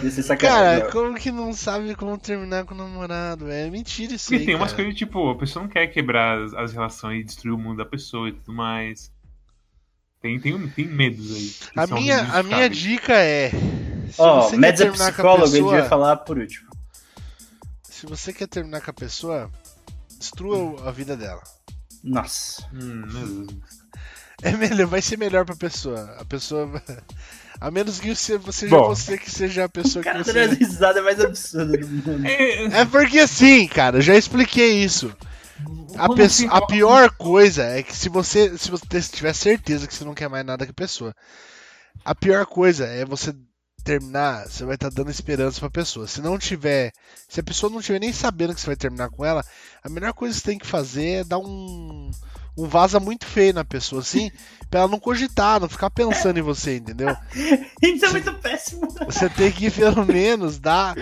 Ia ser sacanagem. Cara, como que não sabe como terminar com o namorado? É mentira isso Porque aí. tem umas cara. coisas tipo, a pessoa não quer quebrar as, as relações e destruir o mundo da pessoa e tudo mais. Tem, tem, tem medos aí. que A são minha, a minha justificáveis. dica é. Se Ó, você quer Mads é terminar com a psicólogo, ele pessoa- devia falar por último. Se você quer terminar com a pessoa, destrua a vida dela. Nossa. Hum, meu Deus. É melhor, vai ser melhor pra pessoa. A pessoa. A menos que você, você já Bom. você que seja a pessoa que Cara, você. toda a risada mais absurda do mundo. É, assim, É porque assim, cara, já expliquei isso. A, como pe- assim? a pior coisa é que se você, se você tiver certeza que você não quer mais nada com a pessoa, a pior coisa é você terminar, você vai estar dando esperança pra pessoa. Se não tiver, se a pessoa não tiver nem sabendo que você vai terminar com ela, a melhor coisa que você tem que fazer é dar um um vaza muito feio na pessoa assim, pra ela não cogitar, não ficar pensando em você, entendeu? Isso é muito péssimo. Você tem que, pelo menos, dar,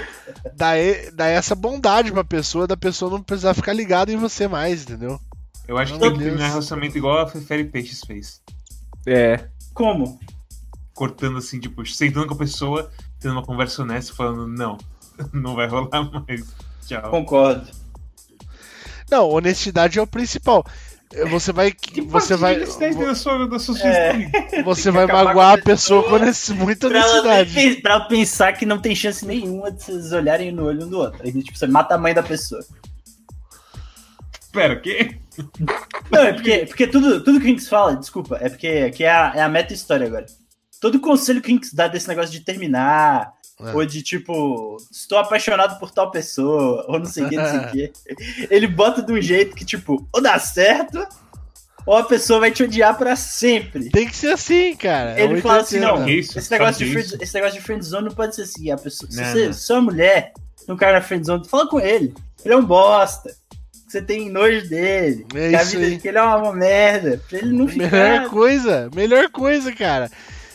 dar, e- dar essa bondade pra pessoa, da pessoa não precisar ficar ligada em você mais, entendeu? Eu acho que Meu tem que terminar Deus. relacionamento igual a Fefere Peixes fez. É. Como? Cortando assim, tipo, sentando com a pessoa, tendo uma conversa honesta, falando, não, não vai rolar mais. Tchau. Concordo. Não, honestidade é o principal. Eh, Você vai. Tipo Você assim, vai. Da sua, da sua É. sugestão. Você vai acabar com a magoar a pessoa com honest- muita Pra, ela honestidade. nem, pra ela pensar que não tem chance nenhuma de vocês olharem no olho um do outro. Aí, tipo, você mata a mãe da pessoa. Pera, o quê? Não, é porque, porque tudo, tudo que o Rinks fala, desculpa, é porque aqui é a, é a meta-história agora. Todo conselho que o Rinks dá desse negócio de terminar, É. ou de tipo, estou apaixonado por tal pessoa, ou não sei o que, não sei o que, ele bota de um jeito que, tipo, ou dá certo, ou a pessoa vai te odiar pra sempre. Tem que ser assim, cara. Ele fala assim, não, Que isso? esse negócio, de Sabe friend, esse negócio de friendzone não pode ser assim. A pessoa, se Não, você não. se é mulher, tem um cara na friendzone, fala com ele. Ele é um bosta. que Você tem nojo dele. É que a isso vida aí. É. dele- que ele é uma merda. Pra ele não Ah, Melhor ficar... coisa, melhor coisa, cara.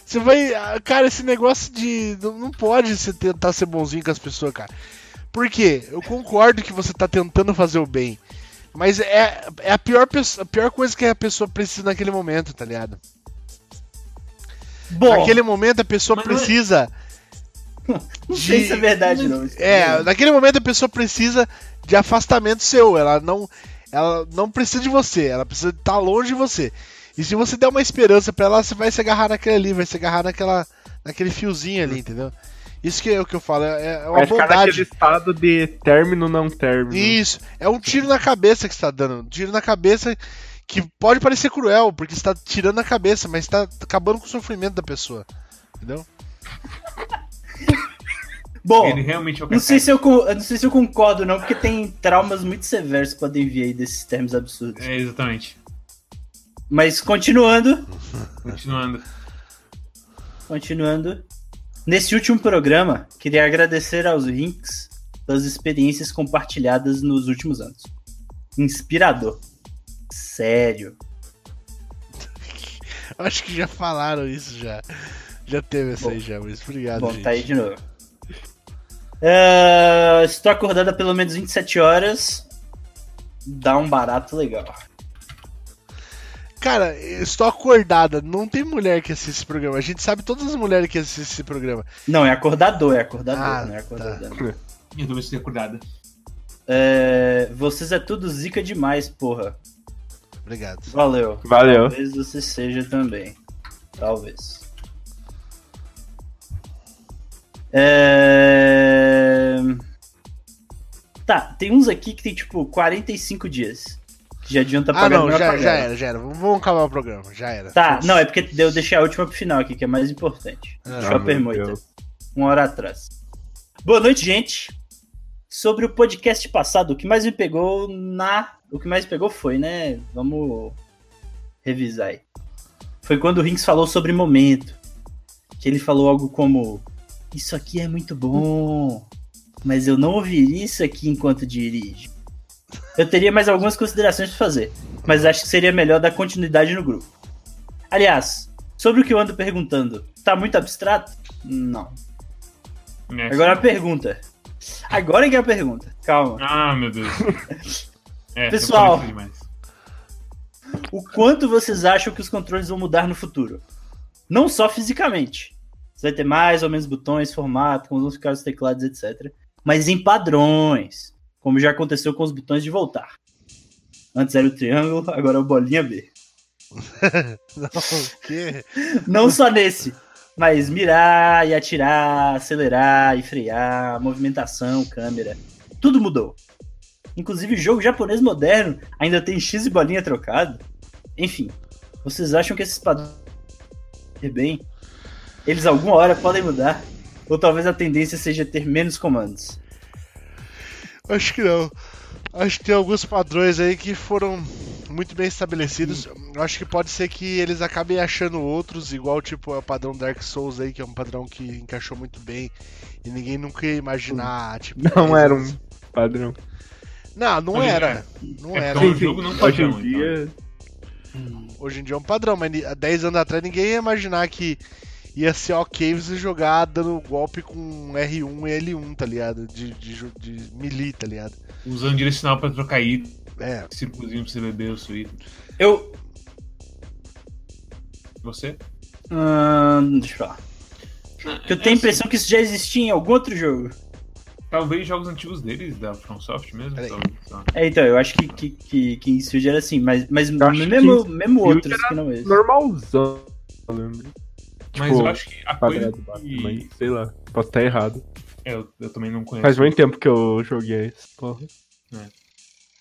Você vai. ah, Cara, esse negócio de. Não, não pode você tentar ser bonzinho com as pessoas, cara. Por quê? Eu concordo que você tá tentando fazer o bem. Mas é, é a, pior pessoa, a pior coisa que a pessoa precisa naquele momento, tá ligado? Bom, naquele momento a pessoa mas não é- precisa. não sei se é verdade, não. É, naquele momento a pessoa precisa de afastamento seu. Ela não, ela não precisa de você. Ela precisa estar longe de você. E se você der uma esperança pra ela, você vai se agarrar naquele ali, vai se agarrar naquela, naquele fiozinho ali, entendeu? Isso que é o que eu falo, é, é uma Vai ficar naquele bondade. estado de término, não término. Isso, é um tiro na cabeça que está dando. Um tiro na cabeça que pode parecer cruel, porque está tirando a cabeça, mas está acabando com o sofrimento da pessoa. Entendeu? Bom, Ele realmente é o não sei, Kakai. se eu, con- eu não sei se eu concordo, não, porque tem traumas muito severos que podem vir aí desses termos absurdos. É, exatamente. Mas continuando, Continuando. Continuando. Nesse último programa, queria agradecer aos Rinks pelas experiências compartilhadas nos últimos anos. Inspirador. Sério. Acho que já falaram isso já. Já teve essa aí já, mas obrigado, Bom, gente. tá aí de novo. Ah, estou acordada pelo menos 27 horas. Dá um barato legal. Cara, eu estou acordada. Não tem mulher que assiste esse programa. A gente sabe todas as mulheres que assistem esse programa. Não, é acordador, é acordador, Ah, não é acordador. Eu também estou acordada. É, vocês é tudo zica demais, porra. Obrigado. Valeu. Valeu. Talvez você seja também. Talvez. É... Tá, tem uns aqui que tem tipo 45 dias. Que já adianta pagar Ah, não, melhor já, pagar. já era, já era. Vamos, vamos acabar o programa, já era. Tá, não, é porque eu deixei a última pro final aqui, que é mais importante. Ah, meu Shopper Moita. Deus. Uma hora atrás. Boa noite, gente. Sobre o podcast passado, o que mais me pegou na. O que mais pegou foi, né? Vamos revisar aí. Foi quando o Rinks falou sobre momento. Que ele falou algo como: Isso aqui é muito bom, mas eu não ouviria isso aqui enquanto dirijo. Eu teria mais algumas considerações pra fazer, mas acho que seria melhor dar continuidade no grupo. Aliás, sobre o que eu ando perguntando, tá muito abstrato? Não. É. Agora a pergunta. Agora que é a pergunta. Calma. Ah, meu Deus. É, Pessoal. eu falei demais. O quanto vocês acham que os controles vão mudar no futuro? Não só fisicamente. Você vai ter mais ou menos botões, formato, como vão ficar os teclados, etc. Mas em padrões. Como já aconteceu com os botões de voltar. Antes era o triângulo, agora é o bolinha B. Não, o quê? Não só nesse, mas mirar e atirar, acelerar e frear, movimentação, câmera. Tudo mudou. Inclusive, o jogo japonês moderno ainda tem X e bolinha trocado. Enfim, vocês acham que esses padrões. é bem? Eles alguma hora podem mudar? Ou talvez a tendência seja ter menos comandos? Acho que não. Acho que tem alguns padrões aí que foram muito bem estabelecidos. Acho que pode ser que eles acabem achando outros, igual tipo é o padrão Dark Souls aí, que é um padrão que encaixou muito bem e ninguém nunca ia imaginar, tipo. Não era um padrão. Não, não Hoje em era. Não É, era. então, o jogo não é um Hoje em padrão, dia, Hoje em dia é um padrão, mas ni- há 10 anos atrás ninguém ia imaginar que ia ser ok você jogar dando golpe com R1 e L1, tá ligado? De, de, ju- de melee, tá ligado? Usando direcional pra trocar item, É, círculozinho pra você beber o seu item. Eu. Você? Hum, deixa eu falar. Eu tenho a impressão que isso já existia em algum outro jogo. Talvez jogos antigos deles, da FromSoft mesmo. Peraí. talvez, sei lá. É, então, eu acho que, que, que, que Insude era assim, mas, mas acho mesmo, mesmo Insude outros que não esse. normalzão. Eu lembro. Mas Tipo, eu acho que a coisa Quadrado baixo, que... mas sei lá. Posso estar errado. É, eu, eu também não conheço. Faz muito tempo que eu joguei isso. Porra.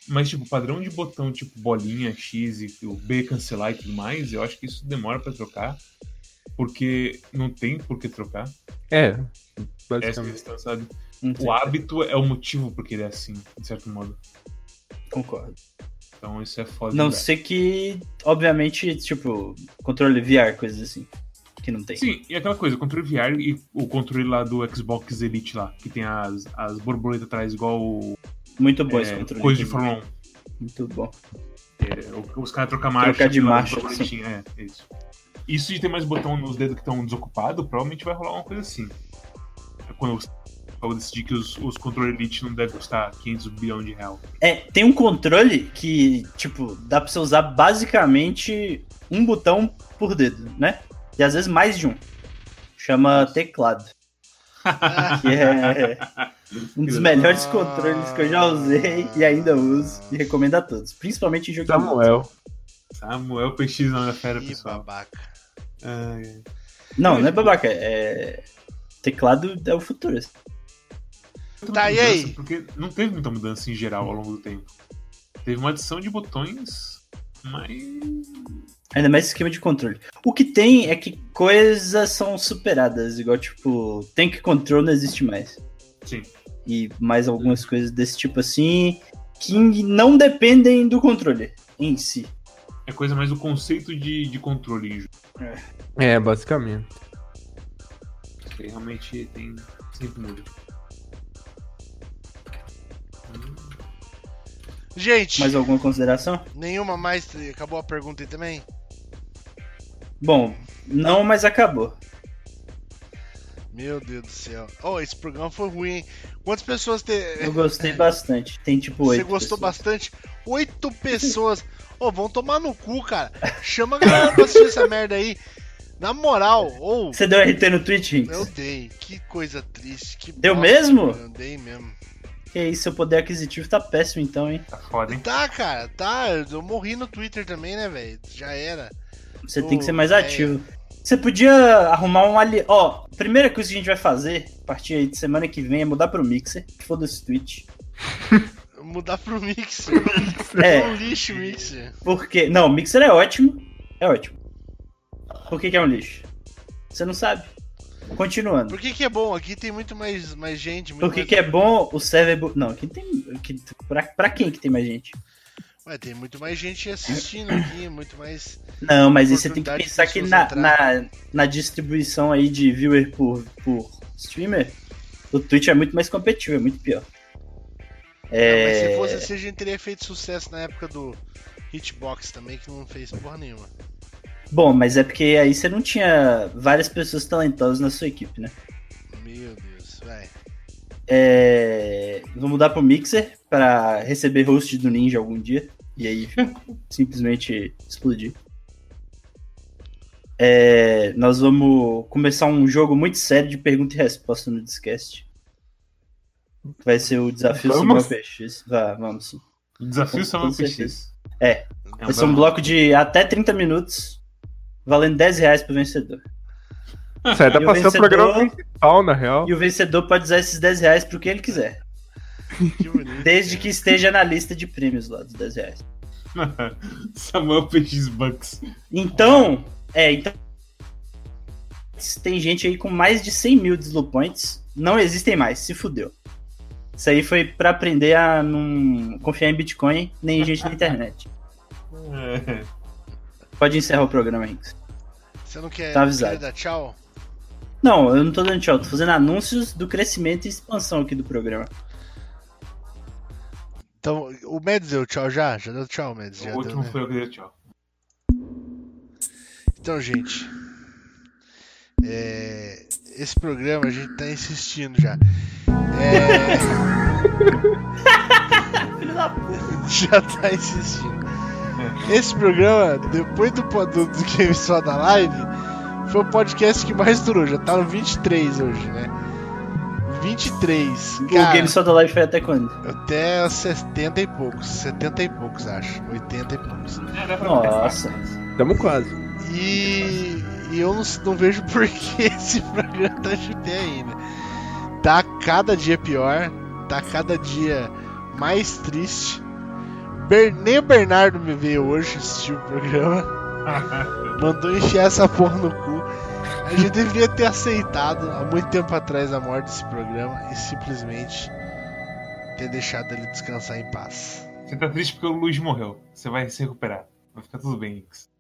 Mas, tipo, padrão de botão, tipo bolinha, X e o B cancelar e tudo mais, eu acho que isso demora pra trocar. Porque não tem por que trocar. É, Essa é a basicamente. questão, sabe? Não sei, O hábito é o motivo porque ele é assim, de certo modo. Concordo. Então isso é foda. Não né? sei que, obviamente, tipo, controle VR, coisas assim. Que não tem. Sim, e aquela coisa, controle VR e o controle lá do Xbox Elite lá, que tem as, as borboletas atrás igual o- Muito bom esse é, controle. coisa de Fórmula 1. Muito bom. É, o- os caras trocam marcha. Trocar de lá, marcha, borboletinha, É, isso. Isso de ter mais botão nos dedos que estão desocupados, provavelmente vai rolar uma coisa assim. É Quando eu decidir que os, os controles Elite não devem custar 500 bilhões de real. É, tem um controle que, tipo, dá pra você usar basicamente um botão por dedo, né? E às vezes mais de um. Chama teclado. que é um Ah. dos melhores controles que eu já usei e ainda uso. E recomendo a todos. Principalmente em É Tá jogo de luta. Samuel. Samuel PX na fera, que pessoal. babaca. Ai, Não, não é babaca, é. Teclado é o futuro. assim. Tá, muita e aí? mudança, Porque não teve muita mudança em geral ao longo do tempo. Teve uma adição de botões, mas. Ainda mais esquema de controle. O que tem é que coisas são superadas, igual tipo, tank control não existe mais. Sim. E mais algumas coisas desse tipo assim, que não dependem do controle em si. É coisa mais do conceito de, de controle em jogo. É, basicamente. Porque realmente tem. Sempre muda. Gente, Mais alguma consideração? nenhuma mais. Acabou a pergunta aí também? Bom, não, mas acabou. Meu Deus do céu. Oh, esse programa foi ruim, hein? Quantas pessoas te... Eu gostei bastante. Tem tipo Você oito. gostou pessoas. bastante? Oito pessoas. Ô, vão tomar no cu, cara. Chama a galera pra assistir essa merda aí. Na moral, ou. Você deu RT no Twitch, Eu Hinks? dei. Que coisa triste. Que Deu bosta, mesmo? cara. Eu dei mesmo. Que isso, seu poder aquisitivo tá péssimo então, hein? Tá foda, hein? Tá, cara, tá. Eu morri no Twitter também, né, velho? Já era. Você Ô, tem que ser mais véia. ativo. Você podia arrumar um ali. Ó, primeira coisa que a gente vai fazer a partir aí de semana que vem é mudar pro Mixer. Foda-se Twitch. Mudar pro Mixer. É um É, lixo, Mixer. porque. Não, Mixer é ótimo. É ótimo. Por que, que é um lixo? Você não sabe. Continuando. Por que, que é bom? Aqui tem muito mais, mais gente. Muito Por que, mais... que é bom o server. bu- Não, aqui tem. Aqui, pra, pra quem que tem mais gente? é? Ué, tem muito mais gente assistindo aqui, muito mais. Não, mas aí você tem que Oportunidade pensar de que na, pessoas na, na distribuição aí de viewer por, por streamer, o Twitch é muito mais competitivo, é muito pior. Ah, mas se É, fosse assim, a gente teria feito sucesso na época do Hitbox também, que não fez porra nenhuma. Bom, mas é porque aí você não tinha várias pessoas talentosas na sua equipe, né? Meu Deus, velho. É, vou mudar pro Mixer pra receber host do Ninja algum dia. E aí simplesmente explodir. É, nós vamos começar um jogo muito sério de pergunta e resposta no Discast. Vai ser o desafio Vamos? sobre o PX. Vá, vamos sim. Desafio Com- Samuel com certeza. PX. É. um Vai ser um belo- bloco de até 30 minutos, valendo 10 reais pro vencedor. Isso aí dá Ah, E o pra ser o vencedor- programa principal, na real. E o vencedor pode usar esses 10 reais pro que ele quiser. Que bonito. Desde cara. que esteja na lista de prêmios lá dos 10 reais. Samuel PX Bucks. Então, é, então. Tem gente aí com mais de 100 mil Slow Points. Não existem mais, se fudeu. Isso aí foi pra aprender a não confiar em Bitcoin nem em gente na internet. É. Pode encerrar o programa, Henrique. Você não quer, Tá não avisado. quer dar tchau? Não, eu não tô dando tchau, tô fazendo anúncios do crescimento e expansão aqui do programa. Então, o Mads deu tchau já? Já deu tchau, Mads? Já O deu, último né? foi o que deu tchau. Então, gente, é, esse programa a gente tá insistindo já. É, já tá insistindo. Esse programa, depois do, po- do, do que só da live, foi o podcast que mais durou. Já tá no 23 hoje, né? 23. o Cara, Game Só da Live foi até quando? até 70 e poucos. 70 e poucos, acho. 80 e poucos. É, dá pra Nossa. Tamo quase. E, e eu não, não vejo por que esse programa tá de pé ainda. Tá cada dia pior, tá cada dia mais triste. Ber- nem o Bernardo me veio hoje assistir o programa. Mandou enfiar essa porra no cu. A gente devia ter aceitado há muito tempo atrás a morte desse programa e simplesmente ter deixado ele descansar em paz. Você tá triste porque o Luiz morreu. Você vai se recuperar. Vai ficar tudo bem, Ix.